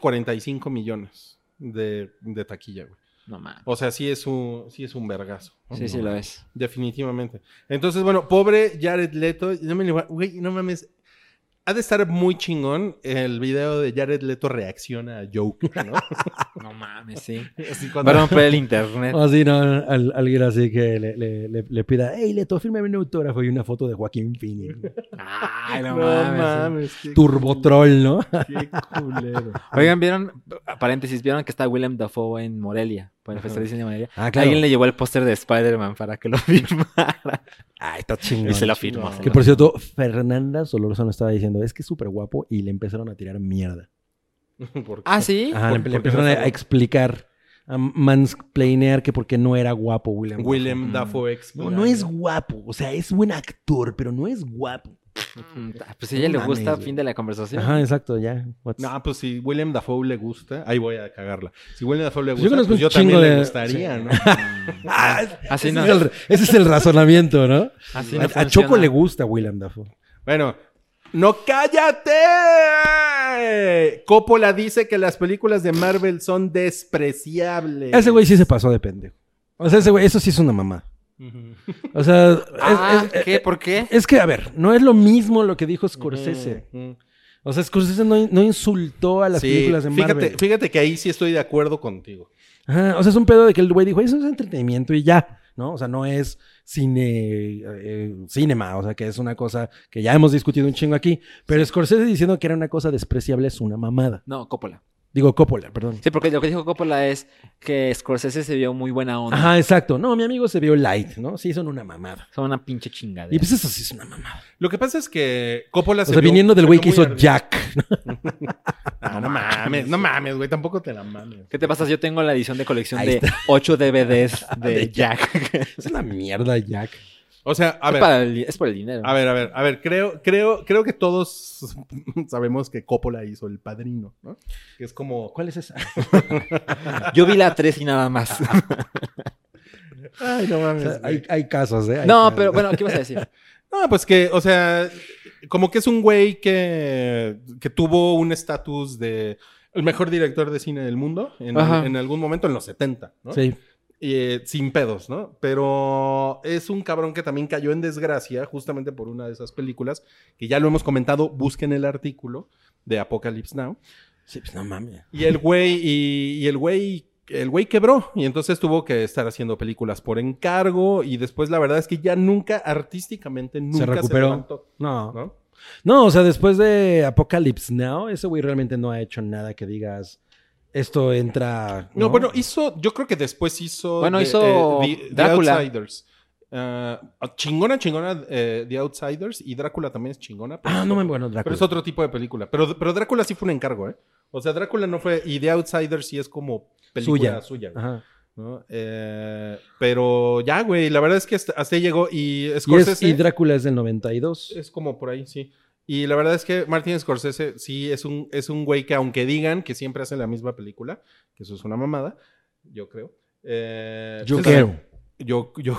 Speaker 2: 745 millones de, de taquilla, güey.
Speaker 4: No mames.
Speaker 2: O sea, sí es un, sí es un vergazo. ¿no?
Speaker 4: Sí, sí lo es.
Speaker 2: Definitivamente. Entonces, bueno, pobre Jared Leto. No me le voy a- güey, no mames. Ha de estar muy chingón el video de Jared Leto reacciona a Joker, ¿no?
Speaker 4: No mames, sí.
Speaker 2: Así cuando-
Speaker 4: Para romper el internet.
Speaker 3: Así, Ah, no, al, alguien así que le, le, le, le pida, hey, Leto, fírmame un autógrafo y una foto de Joaquín Phoenix.
Speaker 4: Ay, no,
Speaker 2: no
Speaker 4: mames.
Speaker 2: mames. qué
Speaker 3: Turbotroll, ¿no?
Speaker 2: cul- Qué culero.
Speaker 4: Oigan, vieron, paréntesis, vieron que está Willem Dafoe en Morelia, por el
Speaker 2: Ajá.
Speaker 4: Festival de Cine de Morelia.
Speaker 3: Ah,
Speaker 4: Alguien le llevó el póster de Spider-Man para que lo firmara.
Speaker 3: Ay, está
Speaker 4: y
Speaker 3: chingón.
Speaker 4: se lo firmó.
Speaker 2: no.
Speaker 4: se
Speaker 3: Que
Speaker 4: lo
Speaker 3: por
Speaker 4: firmó.
Speaker 3: cierto, Fernanda Solorzano estaba diciendo, es que es súper guapo y le empezaron a tirar mierda.
Speaker 2: ¿Por qué?
Speaker 4: Ah, sí.
Speaker 3: Ajá,
Speaker 2: ¿Por-
Speaker 3: le, le
Speaker 2: por qué
Speaker 3: empezaron
Speaker 2: no
Speaker 3: a,
Speaker 2: está guapo?
Speaker 3: explicar, a mansplainear que porque no era guapo William. Dafoe.
Speaker 2: Willem
Speaker 4: Mm.
Speaker 2: Dafoe
Speaker 3: No,
Speaker 2: explora.
Speaker 3: no es guapo, o sea, es buen actor, pero no es guapo.
Speaker 4: Mm, Pues si a ella le
Speaker 3: Mames,
Speaker 4: gusta,
Speaker 3: güey.
Speaker 4: fin de la conversación.
Speaker 3: Ajá, exacto, ya. What's-
Speaker 2: No, pues si Willem Dafoe le gusta, ahí voy a cagarla. Si Willem Dafoe le
Speaker 3: Yo
Speaker 2: gusta, pues yo,
Speaker 3: conozco
Speaker 2: también
Speaker 3: un chingo
Speaker 2: le
Speaker 3: de-
Speaker 2: gustaría, ¿no?
Speaker 4: Mm.
Speaker 3: Ah,
Speaker 4: Así
Speaker 3: ese,
Speaker 4: no.
Speaker 3: es el, ese es el razonamiento, Ah, ¿no?
Speaker 4: Así
Speaker 3: A-
Speaker 4: no
Speaker 3: a, Choco
Speaker 4: funciona.
Speaker 3: le gusta William Dafoe.
Speaker 2: Bueno, no cállate. Coppola dice que las películas de Marvel son despreciables.
Speaker 3: Ese güey sí se pasó de pendejo. O sea, ese güey, eso sí es una mamá.
Speaker 2: Ujú.
Speaker 3: O sea, es,
Speaker 4: Ah,
Speaker 3: es- eh,
Speaker 4: ¿qué? ¿Por qué? Mm.
Speaker 3: es que, a ver, no es lo mismo lo que dijo Scorsese.
Speaker 2: Ujú.
Speaker 3: O sea, Scorsese no, no insultó a las
Speaker 2: Sí,
Speaker 3: películas de Marvel.
Speaker 2: Fíjate, fíjate que ahí sí estoy de acuerdo contigo.
Speaker 3: Ajá, o sea, es un pedo de que el güey dijo, eso es entretenimiento y ya, ¿no? O sea, no es cine, eh, cinema, o sea, que es una cosa que ya hemos discutido un chingo aquí. Pero Scorsese diciendo que era una cosa despreciable es una mamada.
Speaker 4: No, Coppola.
Speaker 3: Digo, Coppola, perdón.
Speaker 4: Sí, porque lo que dijo Coppola es que Scorsese se vio muy buena onda.
Speaker 3: Ajá, exacto. No, mi amigo se vio light, ¿no? Sí, son una mamada.
Speaker 4: Son una pinche chingada.
Speaker 3: Y pues eso sí es una mamada.
Speaker 2: Lo que pasa es que Coppola
Speaker 3: O sea, viniendo del güey que hizo Jack.
Speaker 2: No, no mames, no mames, güey, tampoco te la mames.
Speaker 4: ¿Qué te pasa? Yo tengo la edición de colección
Speaker 3: Ahí
Speaker 4: de 8 DVDs de,
Speaker 3: De
Speaker 4: Jack.
Speaker 3: Es una mierda, Jack.
Speaker 2: O sea, a
Speaker 4: es,
Speaker 2: ver.
Speaker 4: para el- es por el dinero.
Speaker 2: A ver, a ver, a ver, creo, creo, creo que todos sabemos que Coppola hizo el padrino, ¿no? Que es como.
Speaker 3: ¿Cuál es esa?
Speaker 4: Yo vi la 3 y nada más.
Speaker 2: Ay, no
Speaker 3: O
Speaker 2: mames.
Speaker 3: sea,
Speaker 2: güey.
Speaker 3: hay, hay casos, ¿eh? Hay
Speaker 4: no,
Speaker 3: casos.
Speaker 4: pero bueno, ¿qué vas a decir?
Speaker 2: No, pues que, o sea, como que es un güey que, que tuvo un estatus de el mejor director de cine del mundo en,
Speaker 4: Ajá.
Speaker 2: en algún momento en los 70, ¿no?
Speaker 3: Sí.
Speaker 2: Y, eh, sin pedos, ¿no? Pero es un cabrón que también cayó en desgracia justamente por una de esas películas que ya lo hemos comentado, busquen el artículo de Apocalypse Now.
Speaker 3: Sí, pues no mames.
Speaker 2: Y el güey, y, y el güey, el güey quebró. Y entonces tuvo que estar haciendo películas por encargo. Y después la verdad es que ya nunca, artísticamente, nunca se,
Speaker 3: recuperó.
Speaker 2: levantó,
Speaker 3: No.
Speaker 2: ¿no?
Speaker 3: No, o sea, después de Apocalypse Now, ese güey realmente no ha hecho nada que digas, esto entra.
Speaker 2: No, bueno, hizo, yo creo que después hizo.
Speaker 4: Bueno, hizo
Speaker 2: The,
Speaker 4: Drácula.
Speaker 2: Outsiders. Ah, chingona, chingona eh, The Outsiders y Drácula también es chingona. pero
Speaker 3: Ah,
Speaker 2: es
Speaker 3: no me
Speaker 2: otro-
Speaker 3: bueno, Drácula.
Speaker 2: Pero es otro tipo de película. Pero, pero Drácula sí fue un encargo, ¿eh? O sea, Drácula no fue. Y The Outsiders sí es como película
Speaker 3: Suya.
Speaker 2: suya. güey,
Speaker 3: Ajá.
Speaker 2: ¿no? Eh, pero ya, güey, la verdad es que hasta, hasta ahí llegó. Y
Speaker 3: Y, es,
Speaker 2: Scorsese.
Speaker 3: y Drácula es del 92.
Speaker 2: Es como por ahí, sí. Y la verdad es que Martin Scorsese sí es un, es un güey que, aunque digan que siempre hace la misma película, que eso es una mamada, yo creo. eh,
Speaker 3: Yo
Speaker 2: pues,
Speaker 3: creo.
Speaker 2: Yo, yo, yo,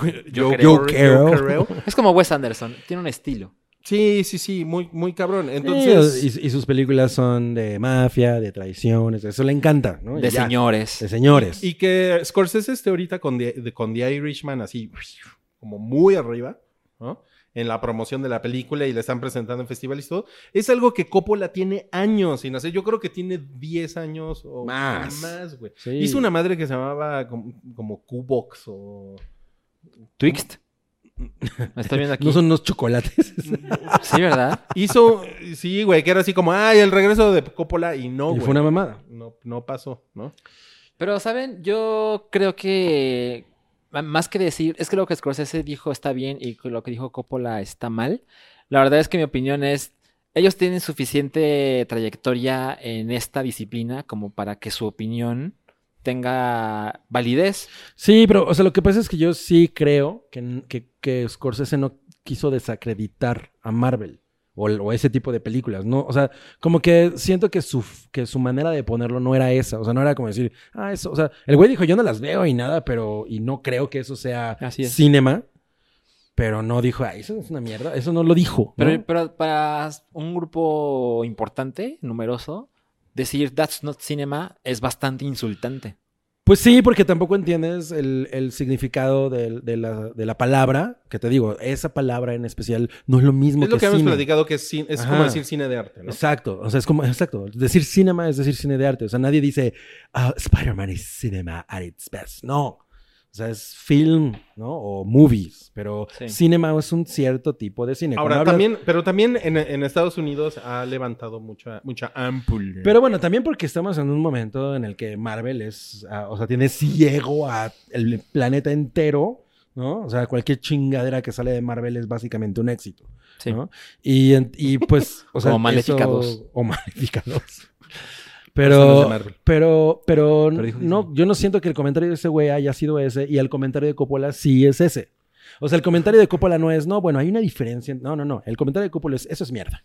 Speaker 4: creo.
Speaker 2: yo
Speaker 3: creo.
Speaker 2: creo.
Speaker 4: Es como Wes Anderson, tiene un estilo.
Speaker 2: Sí, sí, sí, muy, muy cabrón.
Speaker 3: Entonces,
Speaker 2: Entonces,
Speaker 3: y, y sus películas son de mafia, de traiciones, eso le encanta, ¿no? Y
Speaker 4: De
Speaker 3: ya,
Speaker 4: señores.
Speaker 3: De señores.
Speaker 2: y que Scorsese esté ahorita con The, de- con The Irishman así, como muy arriba, ¿no? En la promoción de la película y la están presentando en festivales y todo. Es algo que Coppola tiene años sin hacer. Yo creo que tiene 10 años o
Speaker 3: Más.
Speaker 2: más güey.
Speaker 3: Sí.
Speaker 2: Hizo una madre que se llamaba com- como, Q-Box o...
Speaker 4: Twixt. Me estoy viendo aquí.
Speaker 3: No son unos chocolates.
Speaker 4: Sí, ¿verdad?
Speaker 2: Hizo, sí, güey, que era así como, ay, el regreso de Coppola y no,
Speaker 3: y
Speaker 2: güey.
Speaker 3: fue una mamada.
Speaker 2: No, no pasó, ¿no?
Speaker 4: Pero, ¿saben? Yo creo que m- más que decir, es que lo que Scorsese dijo está bien y que lo que dijo Coppola está mal. La verdad es que mi opinión es, ellos tienen suficiente trayectoria en esta disciplina como para que su opinión tenga validez.
Speaker 3: Sí, pero, o sea, lo que pasa es que yo sí creo que, que, que Scorsese no quiso desacreditar a Marvel o, o ese tipo de películas, ¿no? O sea, como que siento que su, que su manera de ponerlo no era esa, o sea, no era como decir, ah, eso, o sea, el güey dijo, yo no las veo y nada, pero, y no creo que eso sea
Speaker 4: Así es.
Speaker 3: cinema, pero no dijo, ah, eso es una mierda, eso no lo dijo. ¿no?
Speaker 4: Pero, pero para un grupo importante, numeroso, decir That's Not Cinema es bastante insultante.
Speaker 3: Pues sí, porque tampoco entiendes el, el significado del- de, la, de la palabra, que te digo, esa palabra en especial no es lo mismo
Speaker 2: Es lo que, habíamos
Speaker 3: cine.
Speaker 2: platicado que es, cin- es como
Speaker 3: Ajá.
Speaker 2: decir cine de arte, ¿no?
Speaker 3: Exacto, o sea, es como, exacto, decir cinema es decir cine de arte, o sea, nadie dice, "Ah, Spider-Man is cinema at its best, no, o sea, es film, ¿no? O movies, pero
Speaker 4: Sí.
Speaker 3: cinema es un cierto tipo de cine.
Speaker 2: Ahora,
Speaker 3: Cuando hablas-
Speaker 2: también, pero también en, en Estados Unidos ha levantado mucha, mucha ampul.
Speaker 3: Pero bueno, también porque estamos en un momento en el que Marvel es, ah, o sea, tiene ciego a el planeta entero, ¿no? O sea, cualquier chingadera que sale de Marvel es básicamente un éxito,
Speaker 4: Sí.
Speaker 3: ¿no? Y, en- y pues, o sea,
Speaker 4: Como Maléfica
Speaker 3: eso-
Speaker 4: 2.
Speaker 3: O Maléfica 2.
Speaker 2: Eso no es de
Speaker 3: Pero,
Speaker 2: Marvel.
Speaker 3: pero, pero,
Speaker 4: Pero dijo
Speaker 3: no, yo no siento que el comentario de ese güey haya sido ese y el comentario de Coppola sí es ese. O sea, el comentario de Coppola no es, no, bueno, hay una diferencia. No, no, no. El comentario de Coppola es, eso es mierda.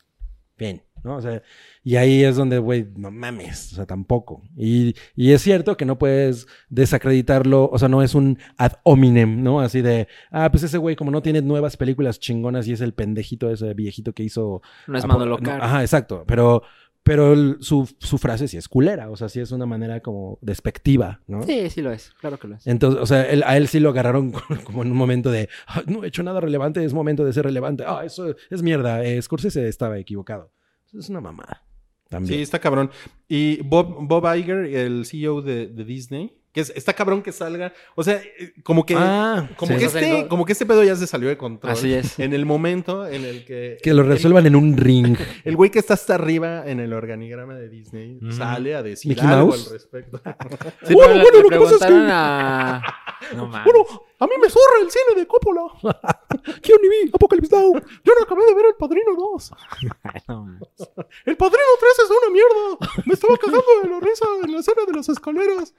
Speaker 3: Bien, ¿no? O sea, y ahí es donde, güey, no mames, o sea, tampoco. Y, y es cierto que no puedes desacreditarlo, o sea, no es un ad hominem, ¿no? Así de, ah, pues ese güey como no tiene nuevas películas chingonas y es el pendejito ese viejito que hizo...
Speaker 4: No es
Speaker 3: Apo-
Speaker 4: Manolo Caro.
Speaker 3: Ah, no, Ajá, exacto, pero, pero el- su, su frase sí es culera, o sea, sí es una manera como despectiva, ¿no?
Speaker 4: Sí, sí lo es, claro que lo es.
Speaker 3: Entonces, o sea, él- a él sí lo agarraron con- como en un momento de, "Ah, no he hecho nada relevante, es momento de ser relevante. Ah, eso es mierda, eh, Scorsese estaba equivocado. Eso es una mamada.
Speaker 2: Sí,
Speaker 3: También.
Speaker 2: está cabrón. Y Bob, Bob Iger, el CEO de, de Disney, que es- está cabrón que salga. O sea, eh, como que.
Speaker 3: ah,
Speaker 2: como,
Speaker 3: sí.
Speaker 2: que
Speaker 4: o sea,
Speaker 2: este,
Speaker 4: no-
Speaker 2: como que este pedo ya se salió de control.
Speaker 4: Así es.
Speaker 2: En el momento en el que.
Speaker 3: que lo
Speaker 2: el-
Speaker 3: resuelvan en un ring.
Speaker 2: El güey que está hasta arriba en el organigrama de Disney
Speaker 4: Mm.
Speaker 2: sale a decir
Speaker 3: ¿Mickey
Speaker 2: algo
Speaker 3: Mouse?
Speaker 2: al respecto.
Speaker 4: Sí,
Speaker 2: Bueno,
Speaker 4: pero le-
Speaker 2: bueno,
Speaker 4: le
Speaker 2: lo que pasa es que-
Speaker 4: preguntaron a... No mames.
Speaker 2: a mí me zurra el cine de Coppola. Yo ni vi Apocalypse Now. Yo no acabé de ver El Padrino 2.
Speaker 4: No mames.
Speaker 2: El Padrino 3 es una mierda. Me estaba cagando de la risa en la escena de las escaleras.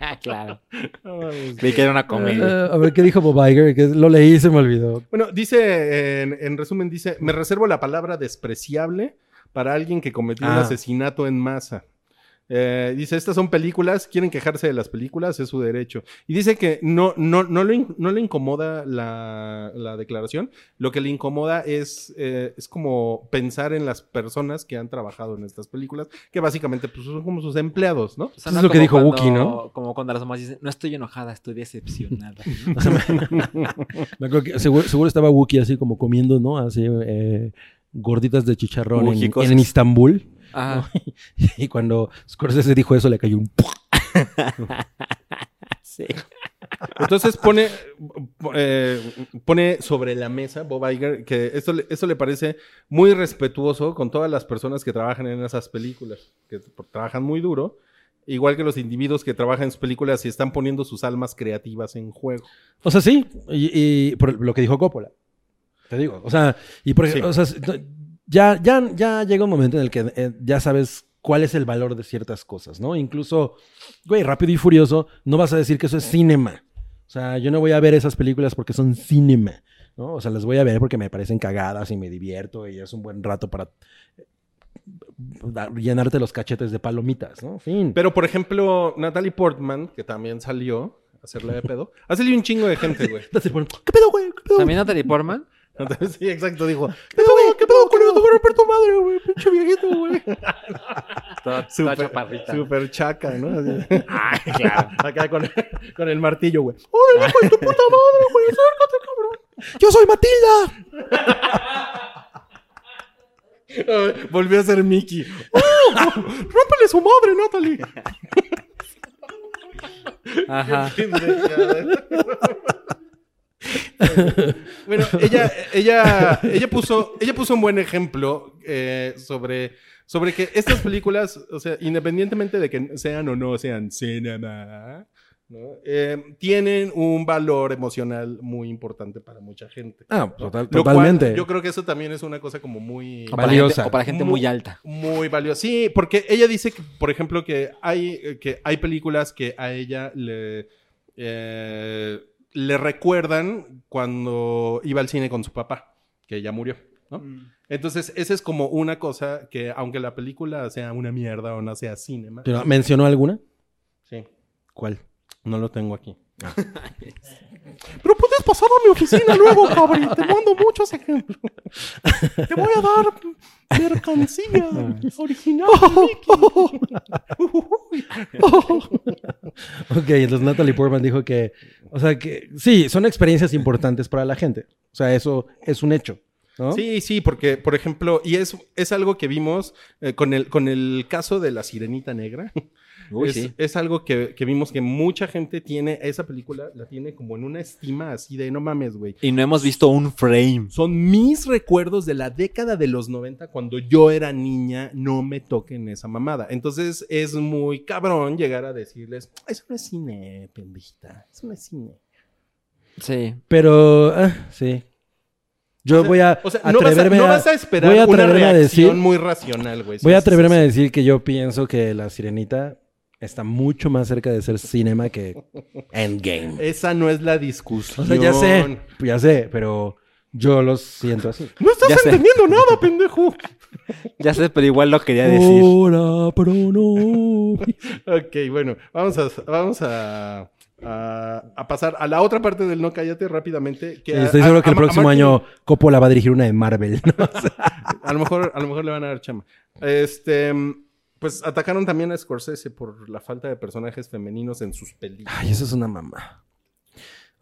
Speaker 4: Ah, claro. Pues, eh, Vi que era una comedia.
Speaker 3: Ah, a ver qué dijo Bob Iger, que lo leí y se me olvidó.
Speaker 2: Bueno, dice, en, en resumen, dice, me reservo la palabra despreciable para alguien que cometió un
Speaker 3: Ah.
Speaker 2: asesinato en masa. Eh, dice, estas son películas, quieren quejarse de las películas, es su derecho. Y dice que no, no, no, le, in- no le incomoda la, la declaración, lo que le incomoda es, eh, es como pensar en las personas que han trabajado en estas películas, que básicamente pues, son como sus empleados, ¿no?
Speaker 4: Eso
Speaker 3: es lo que dijo Wookie, ¿no?
Speaker 4: Como cuando las mamás dicen, no estoy enojada, estoy decepcionada.
Speaker 3: O sea, me- me acuerdo que seguro, seguro estaba Wookiee así como comiendo, ¿no? Así eh, gorditas de chicharrón en-
Speaker 4: Wookiee-cosas.
Speaker 3: en, Istambul.
Speaker 4: Ajá.
Speaker 3: Y cuando Scorsese dijo eso, le cayó un... ¡pum!
Speaker 4: Sí.
Speaker 2: Entonces pone, eh, pone sobre la mesa Bob Iger que esto, le- esto le parece muy respetuoso con todas las personas que trabajan en esas películas, que t- trabajan muy duro. igual que los individuos que trabajan en sus películas y están poniendo sus almas creativas en juego.
Speaker 3: O sea, sí, y, y por lo que dijo Coppola. Te digo, o sea, y por
Speaker 2: Sí.
Speaker 3: o sea, ya, ya, ya llega un momento en el que eh, ya sabes cuál es el valor de ciertas cosas, ¿no? Incluso, güey, rápido y furioso, no vas a decir que eso es cinema. O sea, yo no voy a ver esas películas porque son cinema, ¿no? O sea, las voy a ver porque me parecen cagadas y me divierto y es un buen rato para eh, da- llenarte los cachetes de palomitas, ¿no? Fin.
Speaker 2: Pero, por ejemplo, Natalie Portman, que también salió a hacerle de pedo, ha salido un chingo de gente, güey.
Speaker 3: Entonces, bueno, ¿Qué pedo, güey? ¿Qué pedo?
Speaker 4: También Natalie Portman.
Speaker 2: Entonces, sí, exacto, dijo.
Speaker 3: ¿Qué pedo, güey? ¿Qué pedo con el doctor Roberto Madre, güey? Pinche viejito, güey.
Speaker 4: Toda, toda
Speaker 2: Super,
Speaker 4: chaparrita.
Speaker 2: super chaca, ¿no? Así.
Speaker 4: claro.
Speaker 2: Acá con, con el martillo, güey.
Speaker 3: ¡Órale, hijo de tu puta madre, güey! ¡Acércate, cabrón! ¡Yo soy Matilda!
Speaker 2: Volvió a ser Mickey.
Speaker 3: ¡Rómpele su madre, Natalie!
Speaker 4: Ajá.
Speaker 2: bueno, ella, ella, ella puso, ella puso un buen ejemplo eh, sobre, sobre que estas películas, o sea, independientemente de que sean o no sean cinema, ¿no? Eh, tienen un valor emocional muy importante para mucha gente.
Speaker 3: Ah, total-
Speaker 2: Lo cual,
Speaker 3: totalmente.
Speaker 2: yo creo que eso también es una cosa como muy
Speaker 4: O para,
Speaker 3: Valiosa.
Speaker 4: gente, o para gente muy alta.
Speaker 2: muy valioso. Sí, porque ella dice, que, por ejemplo, que hay, que hay películas que a ella le, eh, le recuerdan cuando iba al cine con su papá, que ya murió, ¿no? Entonces, esa es como una cosa que, aunque la película sea una mierda o no sea cinema,
Speaker 3: Pero, ¿Mencionó alguna?
Speaker 2: sí,
Speaker 3: ¿Cuál?
Speaker 2: no lo tengo aquí.
Speaker 3: Pero puedes pasar a mi oficina luego, cabrón. Te mando muchos ejemplos. Te voy a dar mercancía original. ok, entonces Natalie Portman dijo que, o sea, que sí, son experiencias importantes para la gente. O sea, eso es un hecho. ¿no?
Speaker 2: Sí, sí, porque, por ejemplo, y es, es algo que vimos eh, con, el, con el caso de la Sirenita Negra.
Speaker 4: Uy,
Speaker 2: es,
Speaker 4: sí.
Speaker 2: es algo que, que vimos que mucha gente tiene, esa película la tiene como en una estima así de no mames, güey.
Speaker 4: Y no hemos visto un frame.
Speaker 2: Son mis recuerdos de la década de los 90 cuando yo era niña, no me toquen esa mamada. Entonces es muy cabrón llegar a decirles, eso no es cine, pendejita, eso no es cine.
Speaker 4: Sí.
Speaker 3: Pero, ah, sí. Yo voy a
Speaker 2: O sea, no vas a,
Speaker 3: atreverme
Speaker 2: no
Speaker 3: a-
Speaker 2: vas a esperar
Speaker 3: voy a
Speaker 2: una
Speaker 3: atreverme a
Speaker 2: reacción
Speaker 3: decir-
Speaker 2: muy racional, güey. Sí,
Speaker 3: Voy a
Speaker 2: sí, sí,
Speaker 3: atreverme
Speaker 2: sí.
Speaker 3: a decir que yo pienso que La Sirenita está mucho más cerca de ser cinema que Endgame.
Speaker 2: Esa no es la discusión.
Speaker 3: O sea, ya sé, ya sé, pero yo los siento así.
Speaker 2: No estás
Speaker 4: Ya sé.
Speaker 2: entendiendo nada, pendejo.
Speaker 4: Ya sé, pero igual lo quería decir.
Speaker 3: Ora pro no.
Speaker 2: Ok, bueno, vamos a, vamos a, a, a pasar a la otra parte del No Cállate rápidamente. Que a-
Speaker 3: Estoy
Speaker 2: a-
Speaker 3: seguro que
Speaker 2: a
Speaker 3: el
Speaker 2: Ma- a
Speaker 3: próximo
Speaker 2: Martin-
Speaker 3: año Coppola va a dirigir una de Marvel. ¿no?
Speaker 2: A lo, mejor, a lo mejor le van a dar chama. Este, pues atacaron también a Scorsese por la falta de personajes femeninos en sus películas.
Speaker 3: Ay, eso es una mamá.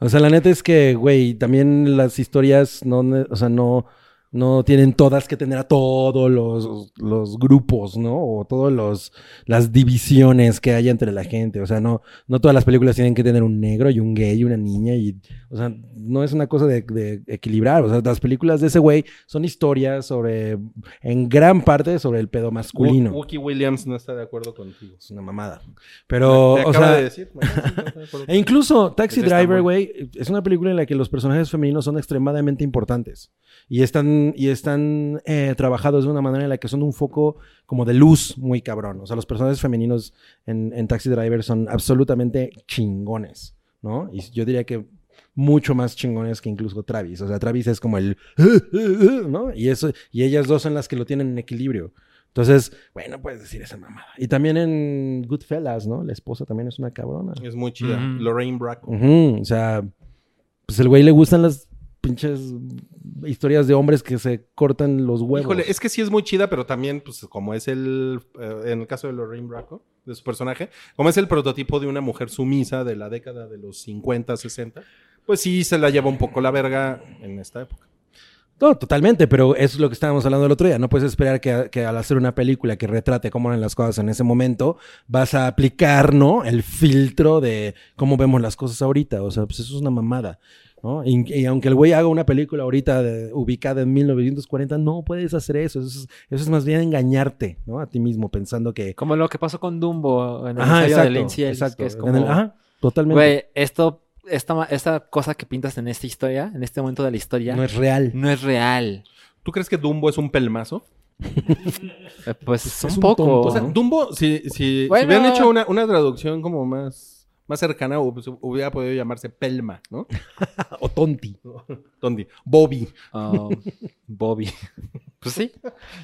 Speaker 3: O sea, la neta es que, güey, también las historias no, ne- o sea, no, no tienen todas que tener a todos los, los grupos, ¿no? O todas los, las divisiones que hay entre la gente. O sea, no, no todas las películas tienen que tener un negro y un gay y una niña. Y, o sea, no es una cosa de, de equilibrar. O sea, las películas de ese güey son historias sobre, en gran parte, sobre el pedo masculino.
Speaker 2: Wo- Wookie Williams no está de acuerdo contigo.
Speaker 3: Es una mamada. Pero,
Speaker 2: Te
Speaker 3: o
Speaker 2: acaba
Speaker 3: sea,
Speaker 2: de decir. ¿no? Sí, no está de acuerdo.
Speaker 3: e incluso Taxi
Speaker 2: Eso está
Speaker 3: Driver,
Speaker 2: bueno.
Speaker 3: güey, es una película en la que los personajes femeninos son extremadamente importantes. Y están, y están eh, trabajados de una manera en la que son un foco como de luz muy cabrón. O sea, los personajes femeninos en, en Taxi Driver son absolutamente chingones, ¿no? Y yo diría que mucho más chingones que incluso Travis. O sea, Travis es como el... ¿no? Y, eso, y ellas dos son las que lo tienen en equilibrio. Entonces, bueno, puedes decir esa mamada. Y también en Goodfellas, ¿no? La esposa también es una cabrona.
Speaker 2: Es muy chida.
Speaker 4: Ujú.
Speaker 2: Lorraine Bracco.
Speaker 3: Ujú, O sea, pues el güey le gustan las pinches historias de hombres que se cortan los huevos.
Speaker 2: Híjole, es que sí es muy chida, pero también, pues, como es el, eh, en el caso de Lorraine Bracco, de su personaje, como es el prototipo de una mujer sumisa de la década de los 50, 60, pues sí se la lleva un poco la verga en esta época.
Speaker 3: No, totalmente, pero es lo que estábamos hablando el otro día. No puedes esperar que, que al hacer una película que retrate cómo eran las cosas en ese momento, vas a aplicar, ¿no? El filtro de cómo vemos las cosas ahorita. O sea, pues eso es una mamada. ¿no? ¿no? Y, y aunque el güey haga una película ahorita de- ubicada en 1940, no puedes hacer eso. Eso es, eso es más bien engañarte, ¿no? A ti mismo, pensando que...
Speaker 4: Como lo que pasó con Dumbo en el
Speaker 3: Ajá,
Speaker 4: ensayo
Speaker 3: exacto,
Speaker 4: del Lindsay Ellis,
Speaker 3: exacto.
Speaker 4: que es
Speaker 3: En
Speaker 4: como,
Speaker 3: el- ajá, totalmente.
Speaker 4: güey, esto, esta, ma- esta cosa que pintas en esta historia, en este momento de la historia,
Speaker 3: no es real.
Speaker 4: no es real.
Speaker 2: ¿Tú crees que Dumbo es un pelmazo?
Speaker 4: Eh, Pues un,
Speaker 3: un
Speaker 4: poco.
Speaker 3: tonto,
Speaker 2: O sea,
Speaker 3: ¿no?
Speaker 2: Dumbo, si, si- si,
Speaker 4: Bueno.
Speaker 2: hubieran hecho una, una traducción como más, más cercana, hu- pues, hubiera podido llamarse Pelma, ¿no?
Speaker 3: O tonti.
Speaker 2: Tondi. Bobby.
Speaker 4: Oh, Bobby. Pues sí.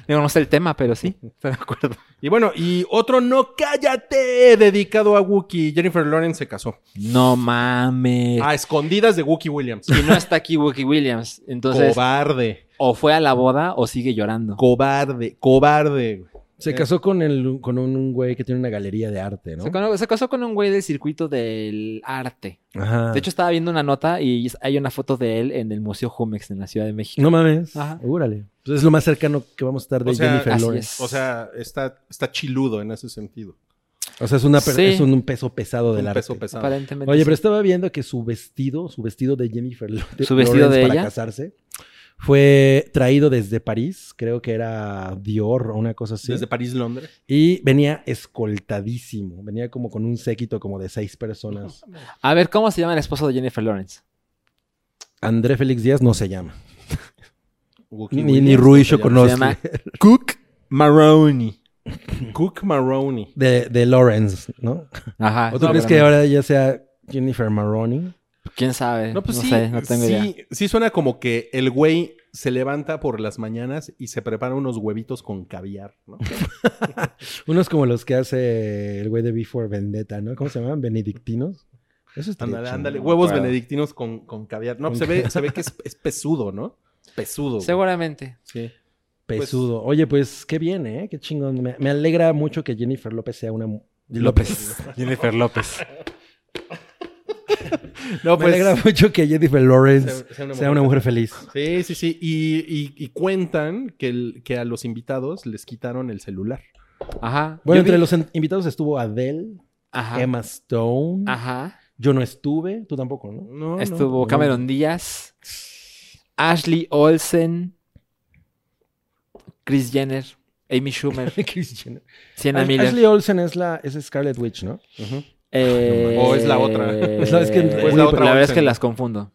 Speaker 4: Digo, no sé el tema, pero sí. Estoy de acuerdo.
Speaker 2: Y bueno, y otro No Cállate dedicado a Wookiee. Jennifer Lawrence se casó.
Speaker 4: No mames.
Speaker 2: A escondidas de Wookiee Williams.
Speaker 4: Y no está aquí Wookie Williams. Entonces,
Speaker 2: cobarde.
Speaker 4: o fue a la boda o sigue llorando.
Speaker 2: Cobarde. Cobarde. güey.
Speaker 3: Se casó con, el, con un güey que tiene una galería de arte, ¿no?
Speaker 4: Eh. Se, cono- se casó con un güey del circuito del arte.
Speaker 3: Ajá.
Speaker 4: De hecho, estaba viendo una nota y hay una foto de él en el Museo Jumex en la Ciudad de México.
Speaker 3: no mames.
Speaker 4: Ajá.
Speaker 3: Órale. Pues es lo más cercano que vamos a estar de
Speaker 2: O sea,
Speaker 3: Jennifer
Speaker 4: así
Speaker 3: Lawrence.
Speaker 2: O sea, está, está chiludo en ese sentido.
Speaker 3: O sea, es, una, per-
Speaker 4: Sí.
Speaker 3: es un, un peso pesado del
Speaker 2: Un
Speaker 3: arte.
Speaker 2: peso pesado.
Speaker 4: Aparentemente.
Speaker 3: Oye,
Speaker 4: sí.
Speaker 3: pero estaba viendo que su vestido, su vestido de Jennifer Law-
Speaker 4: ¿Su vestido de
Speaker 3: para
Speaker 4: ella?
Speaker 3: casarse fue traído desde París, creo que era Dior o una cosa así.
Speaker 2: Desde París, Londres.
Speaker 3: Y venía escoltadísimo, venía como con un séquito como de seis personas.
Speaker 4: A ver, ¿cómo se llama el esposo de Jennifer Lawrence?
Speaker 3: André Félix Díaz no se llama.
Speaker 2: Wookiee
Speaker 3: Ni,
Speaker 2: Williams,
Speaker 3: ni Rui
Speaker 2: se llama.
Speaker 4: Se llama-
Speaker 3: Shokonovsky.
Speaker 2: Cook Maroney. Cook Maroney.
Speaker 3: De, de Lawrence, ¿no?
Speaker 4: Ajá.
Speaker 3: ¿O tú crees que ahora ya sea Jennifer Maroney?
Speaker 4: ¿Quién sabe?
Speaker 2: No, pues sí,
Speaker 4: sé, no tengo idea.
Speaker 2: sí, sí suena como que el güey se levanta por las mañanas y se prepara unos huevitos con caviar, ¿no?
Speaker 3: Unos como los que hace el güey de Before Vendetta, ¿no? ¿Cómo se llaman? Benedictinos. Eso está
Speaker 2: Ándale, ándale, huevos benedictinos con, con caviar. No, pues se ve, se ve que es, es pesudo, ¿no? Pesudo. güey.
Speaker 4: Seguramente.
Speaker 2: Sí.
Speaker 3: Pesudo. Oye, pues qué bien, ¿eh? Qué chingón. Me, me alegra mucho que Jennifer López sea una. mu-
Speaker 4: López. Jennifer López.
Speaker 2: No,
Speaker 4: pues,
Speaker 3: me alegra mucho que Jennifer Lawrence
Speaker 2: Sea- sea una
Speaker 3: sea una
Speaker 2: mujer.
Speaker 3: mujer feliz.
Speaker 2: Sí, sí, sí. Y, y- y cuentan que, el- que a los invitados les quitaron el celular.
Speaker 4: Ajá.
Speaker 3: Bueno, em,
Speaker 4: Yo
Speaker 3: entre
Speaker 4: vi-
Speaker 3: los en- invitados estuvo Adele,
Speaker 4: Ajá.
Speaker 3: Emma Stone.
Speaker 4: Ajá.
Speaker 3: Yo no estuve, tú tampoco, ¿no?
Speaker 2: No, no.
Speaker 4: Estuvo Cameron Díaz. Ashley Olsen. Chris Jenner. Amy Schumer.
Speaker 3: Kris Jenner.
Speaker 4: Sienna
Speaker 3: Ash-
Speaker 4: Miller.
Speaker 3: Ashley Olsen es la es Scarlet Witch, ¿no?
Speaker 2: Ujú.
Speaker 4: Eh,
Speaker 2: O es la otra.
Speaker 3: ¿Sabes qué?
Speaker 4: eh,
Speaker 3: Pues
Speaker 2: la
Speaker 4: la,
Speaker 2: otra
Speaker 4: verdad es
Speaker 2: Olsen.
Speaker 4: que las confundo.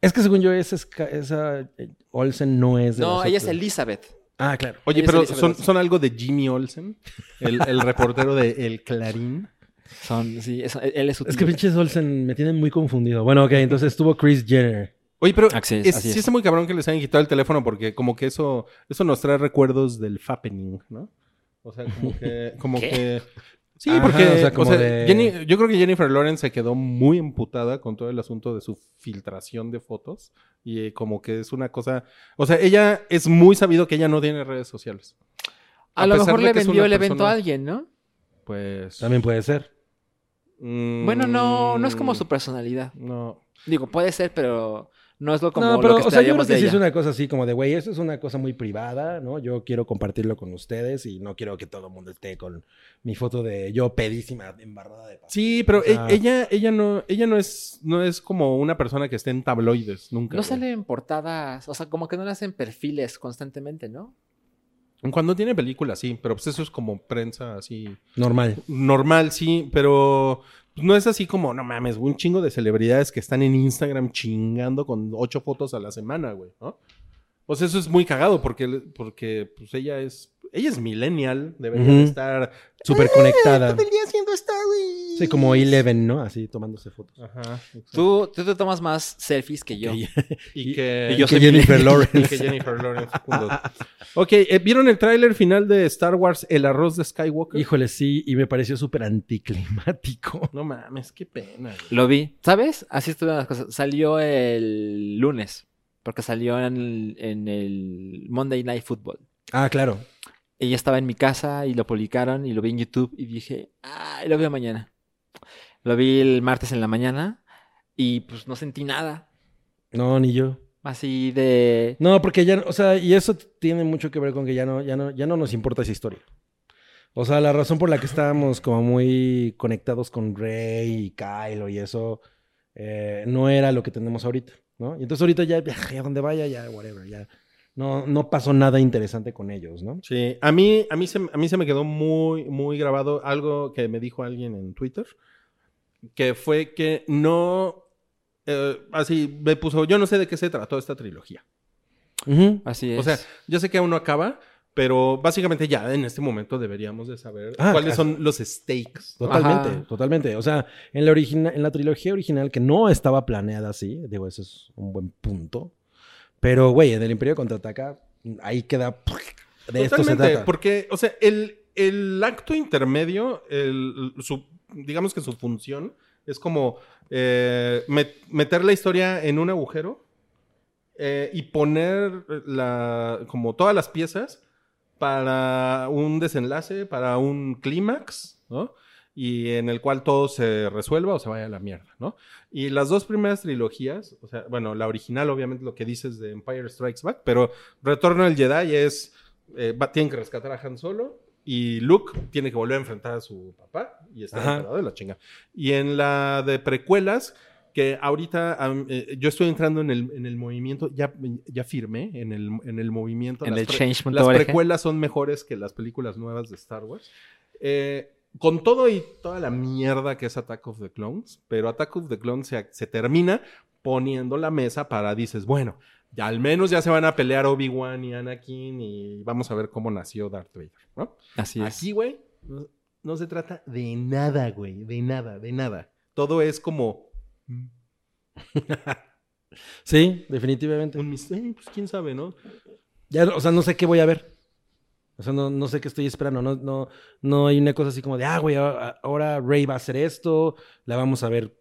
Speaker 3: Es que según yo esa, Sca- esa eh, Olsen no es de
Speaker 4: No,
Speaker 3: las
Speaker 4: ella es
Speaker 3: otras.
Speaker 4: Elizabeth.
Speaker 3: Ah, claro.
Speaker 2: Oye,
Speaker 4: Ella es
Speaker 2: pero
Speaker 4: Elizabeth
Speaker 2: son,
Speaker 4: Olsen.
Speaker 2: son algo de Jimmy Olsen, el, el reportero de El Clarín.
Speaker 4: Son, sí, es- él es su
Speaker 3: Es que
Speaker 4: tío.
Speaker 3: pinches Olsen me tienen muy confundido. Bueno, ok, entonces estuvo Chris Jenner.
Speaker 2: Oye, pero
Speaker 4: Así es,
Speaker 2: es-
Speaker 4: así
Speaker 2: sí
Speaker 4: es.
Speaker 2: está muy cabrón que les hayan quitado el teléfono porque como que eso, eso nos trae recuerdos del Fappening, ¿no? O sea, como que... Como que sí,
Speaker 3: Ajá,
Speaker 2: porque
Speaker 3: o sea,
Speaker 2: o
Speaker 3: como
Speaker 2: sea,
Speaker 3: de-
Speaker 2: Jenny- yo creo que Jennifer Lawrence se quedó muy emputada con todo el asunto de su filtración de fotos y eh, como que es una cosa... O sea, ella es muy sabido que ella no tiene redes sociales.
Speaker 4: A,
Speaker 2: a
Speaker 4: lo
Speaker 2: pesar
Speaker 4: mejor
Speaker 2: de
Speaker 4: le
Speaker 2: que es
Speaker 4: vendió
Speaker 2: una
Speaker 4: el evento
Speaker 2: persona-
Speaker 4: a alguien, ¿no?
Speaker 2: Pues...
Speaker 3: También puede ser.
Speaker 2: mm,
Speaker 4: Bueno, no, no es
Speaker 3: Mm.
Speaker 4: como su personalidad.
Speaker 2: No.
Speaker 4: Digo, puede ser, pero no es lo como
Speaker 3: no, pero,
Speaker 4: lo que
Speaker 3: o sea, yo creo
Speaker 4: esperaríamos
Speaker 3: que
Speaker 4: de
Speaker 3: sí es
Speaker 4: ella.
Speaker 3: una cosa así como de, güey, esto es una cosa muy privada, ¿no? Yo quiero compartirlo con ustedes y no quiero que todo el mundo esté con mi foto de yo pedísima, embarrada de papel.
Speaker 2: Sí, pero
Speaker 3: O sea-
Speaker 2: e- ella, ella no, ella no es, no es como una persona que esté en tabloides nunca.
Speaker 4: No
Speaker 2: güey.
Speaker 4: sale en portadas, o sea, como que no le hacen perfiles constantemente, ¿no?
Speaker 2: Cuando tiene películas, sí, pero pues eso es como prensa así
Speaker 3: Normal.
Speaker 2: normal, sí, pero pues, no es así como, no mames, güey, un chingo de celebridades que están en Instagram chingando con ocho fotos a la semana, güey, ¿no? O sea, eso es muy cagado porque, porque pues ella es, ella es millennial, debería de
Speaker 3: Ujú.
Speaker 2: estar
Speaker 3: Súper conectada.
Speaker 2: todo el día haciendo esta, güey.
Speaker 3: Sí, como Eleven, ¿no? Así tomándose fotos.
Speaker 2: Ajá. exacto.
Speaker 4: Tú, tú te tomas más selfies que yo.
Speaker 3: Que-
Speaker 2: Y que...
Speaker 3: y yo soy Jennifer
Speaker 2: Y que
Speaker 3: Lawrence.
Speaker 2: Jennifer Lawrence. ok, eh, ¿vieron el tráiler final de Star Wars, El arroz de Skywalker?
Speaker 3: Híjole, sí, y me pareció súper anticlimático.
Speaker 2: No mames, qué pena. güey.
Speaker 4: Lo vi. ¿Sabes? Así estuvieron las cosas. Salió el lunes, porque salió en el, en el Monday Night Football.
Speaker 3: Ah, claro.
Speaker 4: Ella estaba en mi casa y lo publicaron y lo vi en YouTube y dije, ah, lo veo mañana. Lo vi el martes en la mañana y pues no sentí nada.
Speaker 3: No, ni yo.
Speaker 4: Así de...
Speaker 3: No, porque ya, o sea, y eso tiene mucho que ver con que ya no, ya no, ya no nos importa esa historia. O sea, la razón por la que estábamos como muy conectados con Rey y Kylo y eso eh, no era lo que tenemos ahorita. ¿no? Y entonces ahorita ya, ya donde vaya, ya, whatever, ya. No, no pasó nada interesante con ellos, ¿no?
Speaker 2: Sí, a mí, a mí, se, a mí se me quedó muy, muy grabado algo que me dijo alguien en Twitter, que fue que no, eh, así me puso, yo no sé de qué se trató esta trilogía.
Speaker 3: Ujú.
Speaker 4: Así es.
Speaker 2: O sea, yo sé que aún no acaba, pero básicamente ya en este momento deberíamos de saber
Speaker 3: Ah,
Speaker 2: cuáles
Speaker 3: ah.
Speaker 2: son los stakes.
Speaker 3: Totalmente,
Speaker 4: Ajá.
Speaker 3: totalmente. O sea, en la, origina- en la trilogía original, que no estaba planeada así, digo, ese es un buen punto. Pero, güey, en el Imperio contraataca, ahí queda. De esto se
Speaker 2: Totalmente,
Speaker 3: trata.
Speaker 2: porque, o sea, el, el acto intermedio, el- su- digamos que su función es como eh, met- meter la historia en un agujero eh, y poner la, como todas las piezas para un desenlace, para un clímax, ¿no? Y en el cual todo se resuelva o se vaya a la mierda, ¿no? Y las dos primeras trilogías, o sea, bueno, la original obviamente lo que dices de Empire Strikes Back, pero Retorno del Jedi es, eh, va- tienen que rescatar a Han Solo y Luke tiene que volver a enfrentar a su papá y está
Speaker 3: Ajá.
Speaker 2: enterado de la chinga. Y en la de precuelas, que ahorita am, eh, yo estoy entrando en el, en el movimiento, ya, ya firmé en el, en el movimiento.
Speaker 4: en
Speaker 2: las
Speaker 4: el
Speaker 2: pre-
Speaker 4: change.org.
Speaker 2: las precuelas son mejores que las películas nuevas de Star Wars. Eh, con todo y toda la mierda que es Attack of the Clones, pero Attack of the Clones se, se termina poniendo la mesa para dices, bueno, ya al menos ya se van a pelear Obi-Wan y Anakin y vamos a ver cómo nació Darth Vader, ¿no?
Speaker 4: Así es.
Speaker 2: Aquí, güey, no, no se trata de nada, güey, de nada, de nada. Todo es como mm,
Speaker 3: Sí, definitivamente.
Speaker 2: un misterio, pues quién sabe, ¿no?
Speaker 3: Ya, o sea, no sé qué voy a ver. O sea, no, no sé qué estoy esperando. No, no, no hay una cosa así como de, ah, güey, ahora, ahora Rey va a hacer esto, la vamos a ver.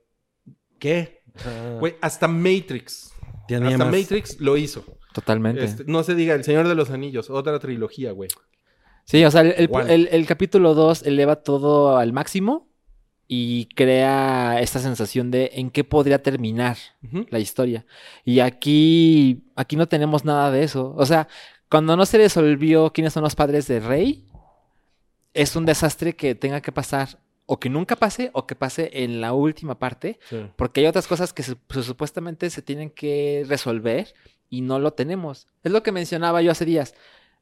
Speaker 3: ¿Qué? O sea,
Speaker 2: Güey, hasta Matrix,
Speaker 3: tenía
Speaker 2: hasta
Speaker 3: más-
Speaker 2: Matrix lo hizo.
Speaker 4: Totalmente.
Speaker 2: Este, no se diga El Señor de los Anillos, otra trilogía, güey.
Speaker 4: Sí, o sea, el, el-
Speaker 2: Igual.
Speaker 4: el- el capítulo 2 eleva todo al máximo y crea esta sensación de en qué podría terminar la historia. Y aquí, aquí no tenemos nada de eso. O sea, cuando no se resolvió quiénes son los padres de Rey, es un desastre que tenga que pasar o que nunca pase o que pase en la última parte
Speaker 2: Sí.
Speaker 4: porque hay otras cosas que su- su- supuestamente se tienen que resolver y no lo tenemos. Es lo que mencionaba yo hace días.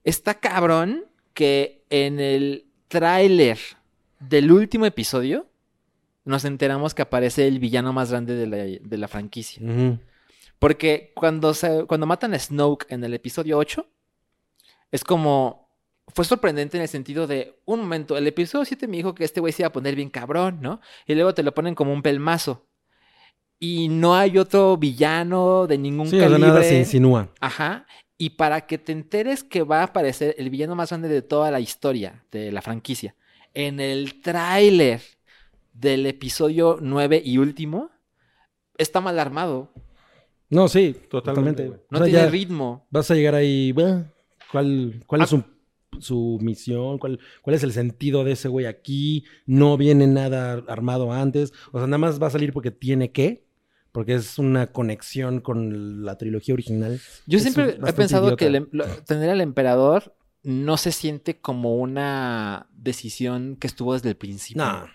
Speaker 4: Está cabrón que en el tráiler del último episodio nos enteramos que aparece el villano más grande de la, de la franquicia.
Speaker 3: Ujú.
Speaker 4: Porque cuando, se- cuando matan a Snoke en el episodio 8, es como... Fue sorprendente en el sentido de, un momento, el episodio 7 me dijo que este güey se iba a poner bien cabrón, ¿no? Y luego te lo ponen como un pelmazo. Y no hay otro villano de ningún
Speaker 3: Sí, o sea,
Speaker 4: calibre.
Speaker 3: nada se insinúa.
Speaker 4: Ajá. Y para que te enteres que va a aparecer el villano más grande de toda la historia de la franquicia, en el tráiler del episodio 9 y último, está mal armado.
Speaker 3: No, sí,
Speaker 2: Totalmente,
Speaker 3: totalmente.
Speaker 2: güey.
Speaker 4: No
Speaker 3: O sea,
Speaker 4: tiene
Speaker 3: ya
Speaker 4: ritmo.
Speaker 3: Vas a llegar ahí, bueno, ¿cuál, cuál
Speaker 2: Ah.
Speaker 3: es su, su misión? ¿Cuál, ¿Cuál es el sentido de ese güey aquí? No viene nada ar- armado antes. O sea, nada más va a salir porque tiene que, porque es una conexión con la trilogía original.
Speaker 4: Yo
Speaker 3: Es un-
Speaker 4: siempre he
Speaker 3: bastante
Speaker 4: pensado
Speaker 3: idiota.
Speaker 4: que el em- lo- tener al emperador no se siente como una decisión que estuvo desde el principio.
Speaker 3: No,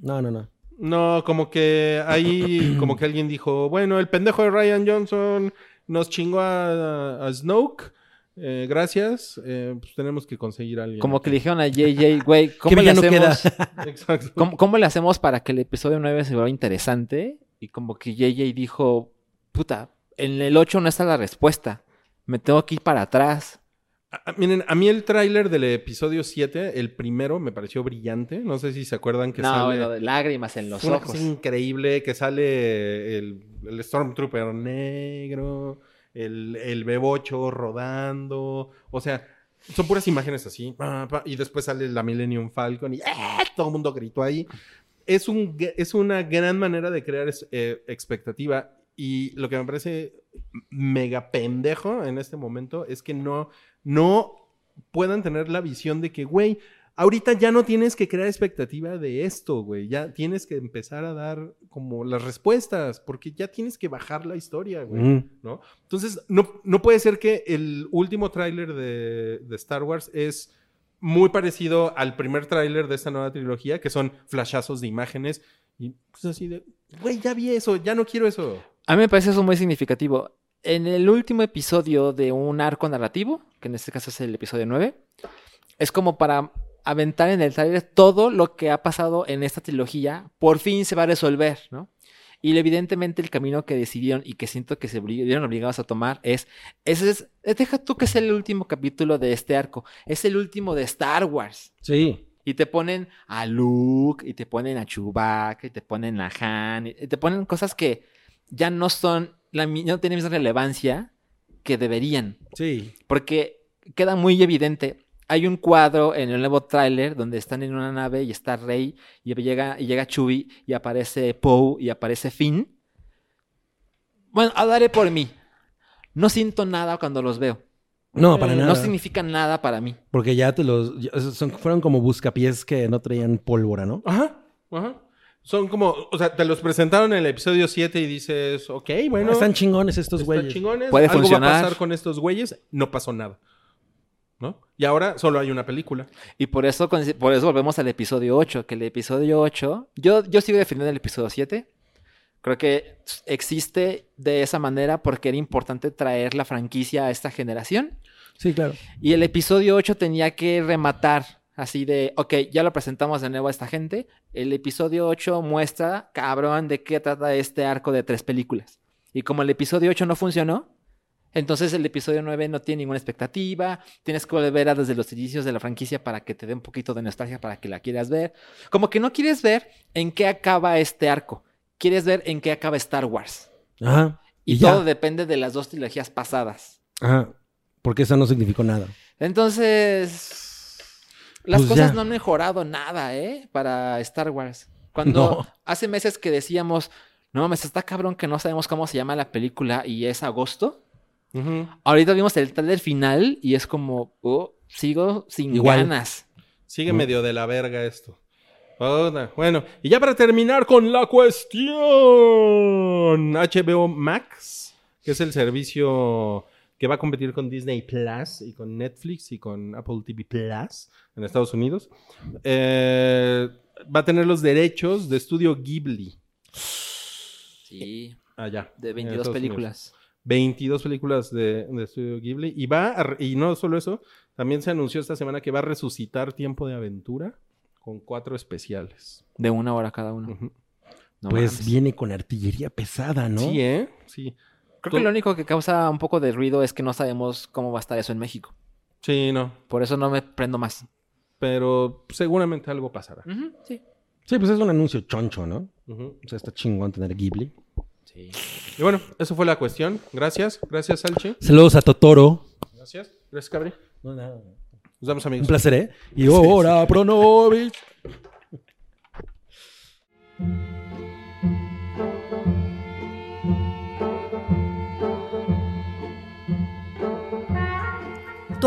Speaker 3: no, no, no.
Speaker 2: No, como que ahí, como que alguien dijo, bueno, el pendejo de Ryan Johnson nos chingó a, a Snoke. eh, gracias. eh, pues tenemos que conseguir a alguien.
Speaker 4: Como que le dijeron a JJ, güey, ¿cómo, le
Speaker 3: villano
Speaker 4: hacemos-
Speaker 2: Exacto.
Speaker 4: cómo- cómo le hacemos para que el episodio 9 se vea interesante? Y como que JJ dijo, puta, en el 8 no está la respuesta. Me tengo que ir para atrás.
Speaker 2: A- a- miren, a mí el tráiler del episodio 7, el primero, me pareció brillante. No sé si se acuerdan que
Speaker 4: no,
Speaker 2: sale...
Speaker 4: bueno, de lágrimas en los
Speaker 2: Una
Speaker 4: ojos.
Speaker 2: cosa increíble que sale el, el Stormtrooper negro, el, el B8 rodando. O sea, son puras imágenes así. pa, pa, Y después sale la Millennium Falcon y ¡ah! todo el mundo gritó ahí. Es, un, g- es una gran manera de crear es- eh, expectativa. Y lo que me parece mega pendejo en este momento es que no, no puedan tener la visión de que, güey, ahorita ya no tienes que crear expectativa de esto, güey. Ya tienes que empezar a dar como las respuestas, porque ya tienes que bajar la historia, güey.
Speaker 3: Ujú.
Speaker 2: ¿no? Entonces, no, no puede ser que el último tráiler de, de Star Wars es muy parecido al primer tráiler de esta nueva trilogía, que son flashazos de imágenes. Y pues así de, güey, ya vi eso, ya no quiero eso.
Speaker 4: A mí me parece eso muy significativo. En el último episodio de un arco narrativo, que en este caso es el episodio 9, es como para aventar en el trailer todo lo que ha pasado en esta trilogía. Por fin se va a resolver, ¿no? Y evidentemente el camino que decidieron y que siento que se obli- vieron obligados a tomar es, ese es, es- deja tú que es el último capítulo de este arco, es el último de Star Wars.
Speaker 3: Sí.
Speaker 4: Y te ponen a Luke, y te ponen a Chewbacca, y te ponen a Han, y y te ponen cosas que ya no son, la, mi- no tienen esa relevancia que deberían.
Speaker 3: Sí.
Speaker 4: Porque queda muy evidente. Hay un cuadro en el nuevo tráiler donde están en una nave y está Rey y llega, y llega Chewie y aparece Poe y aparece Finn. Bueno, a daré por mí. No siento nada cuando los veo.
Speaker 3: No, para
Speaker 4: Eh,
Speaker 3: nada.
Speaker 4: No significa nada para mí.
Speaker 3: Porque ya te los. ya- esos son- fueron como buscapiés que no traían pólvora, ¿no?
Speaker 2: Ajá, ajá. Son como, o sea, te los presentaron en el episodio 7 y dices, ok, bueno,
Speaker 3: Están chingones estos
Speaker 2: están
Speaker 3: güeyes.
Speaker 2: chingones,
Speaker 4: Puede
Speaker 2: algo va a
Speaker 4: funcionar.
Speaker 2: pasar con estos güeyes, no pasó nada. ¿No? Y ahora solo hay una película.
Speaker 4: Y por eso, con- por eso volvemos al episodio 8, que el episodio 8, yo, yo sigo defendiendo el episodio 7. Creo que existe de esa manera porque era importante traer la franquicia a esta generación.
Speaker 3: Sí, claro.
Speaker 4: Y el episodio 8 tenía que rematar así de, ok, ya lo presentamos de nuevo a esta gente. El episodio 8 muestra, cabrón, de qué trata este arco de tres películas. Y como el episodio 8 no funcionó, entonces el episodio 9 no tiene ninguna expectativa. Tienes que volver a desde los inicios de la franquicia para que te dé un poquito de nostalgia para que la quieras ver. Como que no quieres ver en qué acaba este arco. Quieres ver en qué acaba Star Wars.
Speaker 3: Ajá.
Speaker 4: Y,
Speaker 3: Y ya.
Speaker 4: todo depende de las dos trilogías pasadas.
Speaker 3: Ajá. Porque eso no significó nada.
Speaker 4: Entonces, las
Speaker 3: Pues
Speaker 4: cosas
Speaker 3: ya.
Speaker 4: no han mejorado nada, ¿eh? Para Star Wars. Cuando
Speaker 3: No.
Speaker 4: hace meses que decíamos, no mames, está cabrón que no sabemos cómo se llama la película y es agosto. Ahorita vimos el trailer final y es como, oh, sigo sin
Speaker 3: Igual.
Speaker 4: ganas.
Speaker 2: Sigue
Speaker 3: ¿No?
Speaker 2: medio de la verga esto. Puta. Bueno, y ya para terminar con la cuestión. HBO Max, que es el servicio que va a competir con Disney Plus y con Netflix y con Apple TV Plus en Estados Unidos, eh, va a tener los derechos de estudio Ghibli.
Speaker 4: Sí,
Speaker 2: Allá.
Speaker 4: de
Speaker 2: en
Speaker 4: 22
Speaker 2: Estados Unidos.
Speaker 4: películas.
Speaker 2: 22 películas de, de estudio Ghibli. Y va, a re- y no solo eso, también se anunció esta semana que va a resucitar Tiempo de Aventura con cuatro especiales.
Speaker 4: De una hora cada
Speaker 3: Ah,
Speaker 4: uno.
Speaker 2: Ujú.
Speaker 4: No
Speaker 3: pues
Speaker 4: mames.
Speaker 3: viene con artillería pesada, ¿no?
Speaker 2: Sí, ¿eh? Sí.
Speaker 4: Creo que lo único que causa un poco de ruido es que no sabemos cómo va a estar eso en México.
Speaker 2: Sí, no.
Speaker 4: Por eso no me prendo más.
Speaker 2: Pero seguramente algo pasará.
Speaker 4: Ujú, sí.
Speaker 3: Sí, pues es un anuncio choncho, ¿no?
Speaker 2: Ujú.
Speaker 3: O sea, está chingón tener Ghibli.
Speaker 4: Sí.
Speaker 2: Y bueno, eso fue la cuestión. Gracias. Gracias, Salchi.
Speaker 3: Saludos a Totoro.
Speaker 2: Gracias. Gracias, Cabri.
Speaker 3: No, nada.
Speaker 2: Nos vemos,
Speaker 3: Un
Speaker 2: amigos.
Speaker 3: placer, ¿eh? Y ahora, Pronovich.
Speaker 5: Tu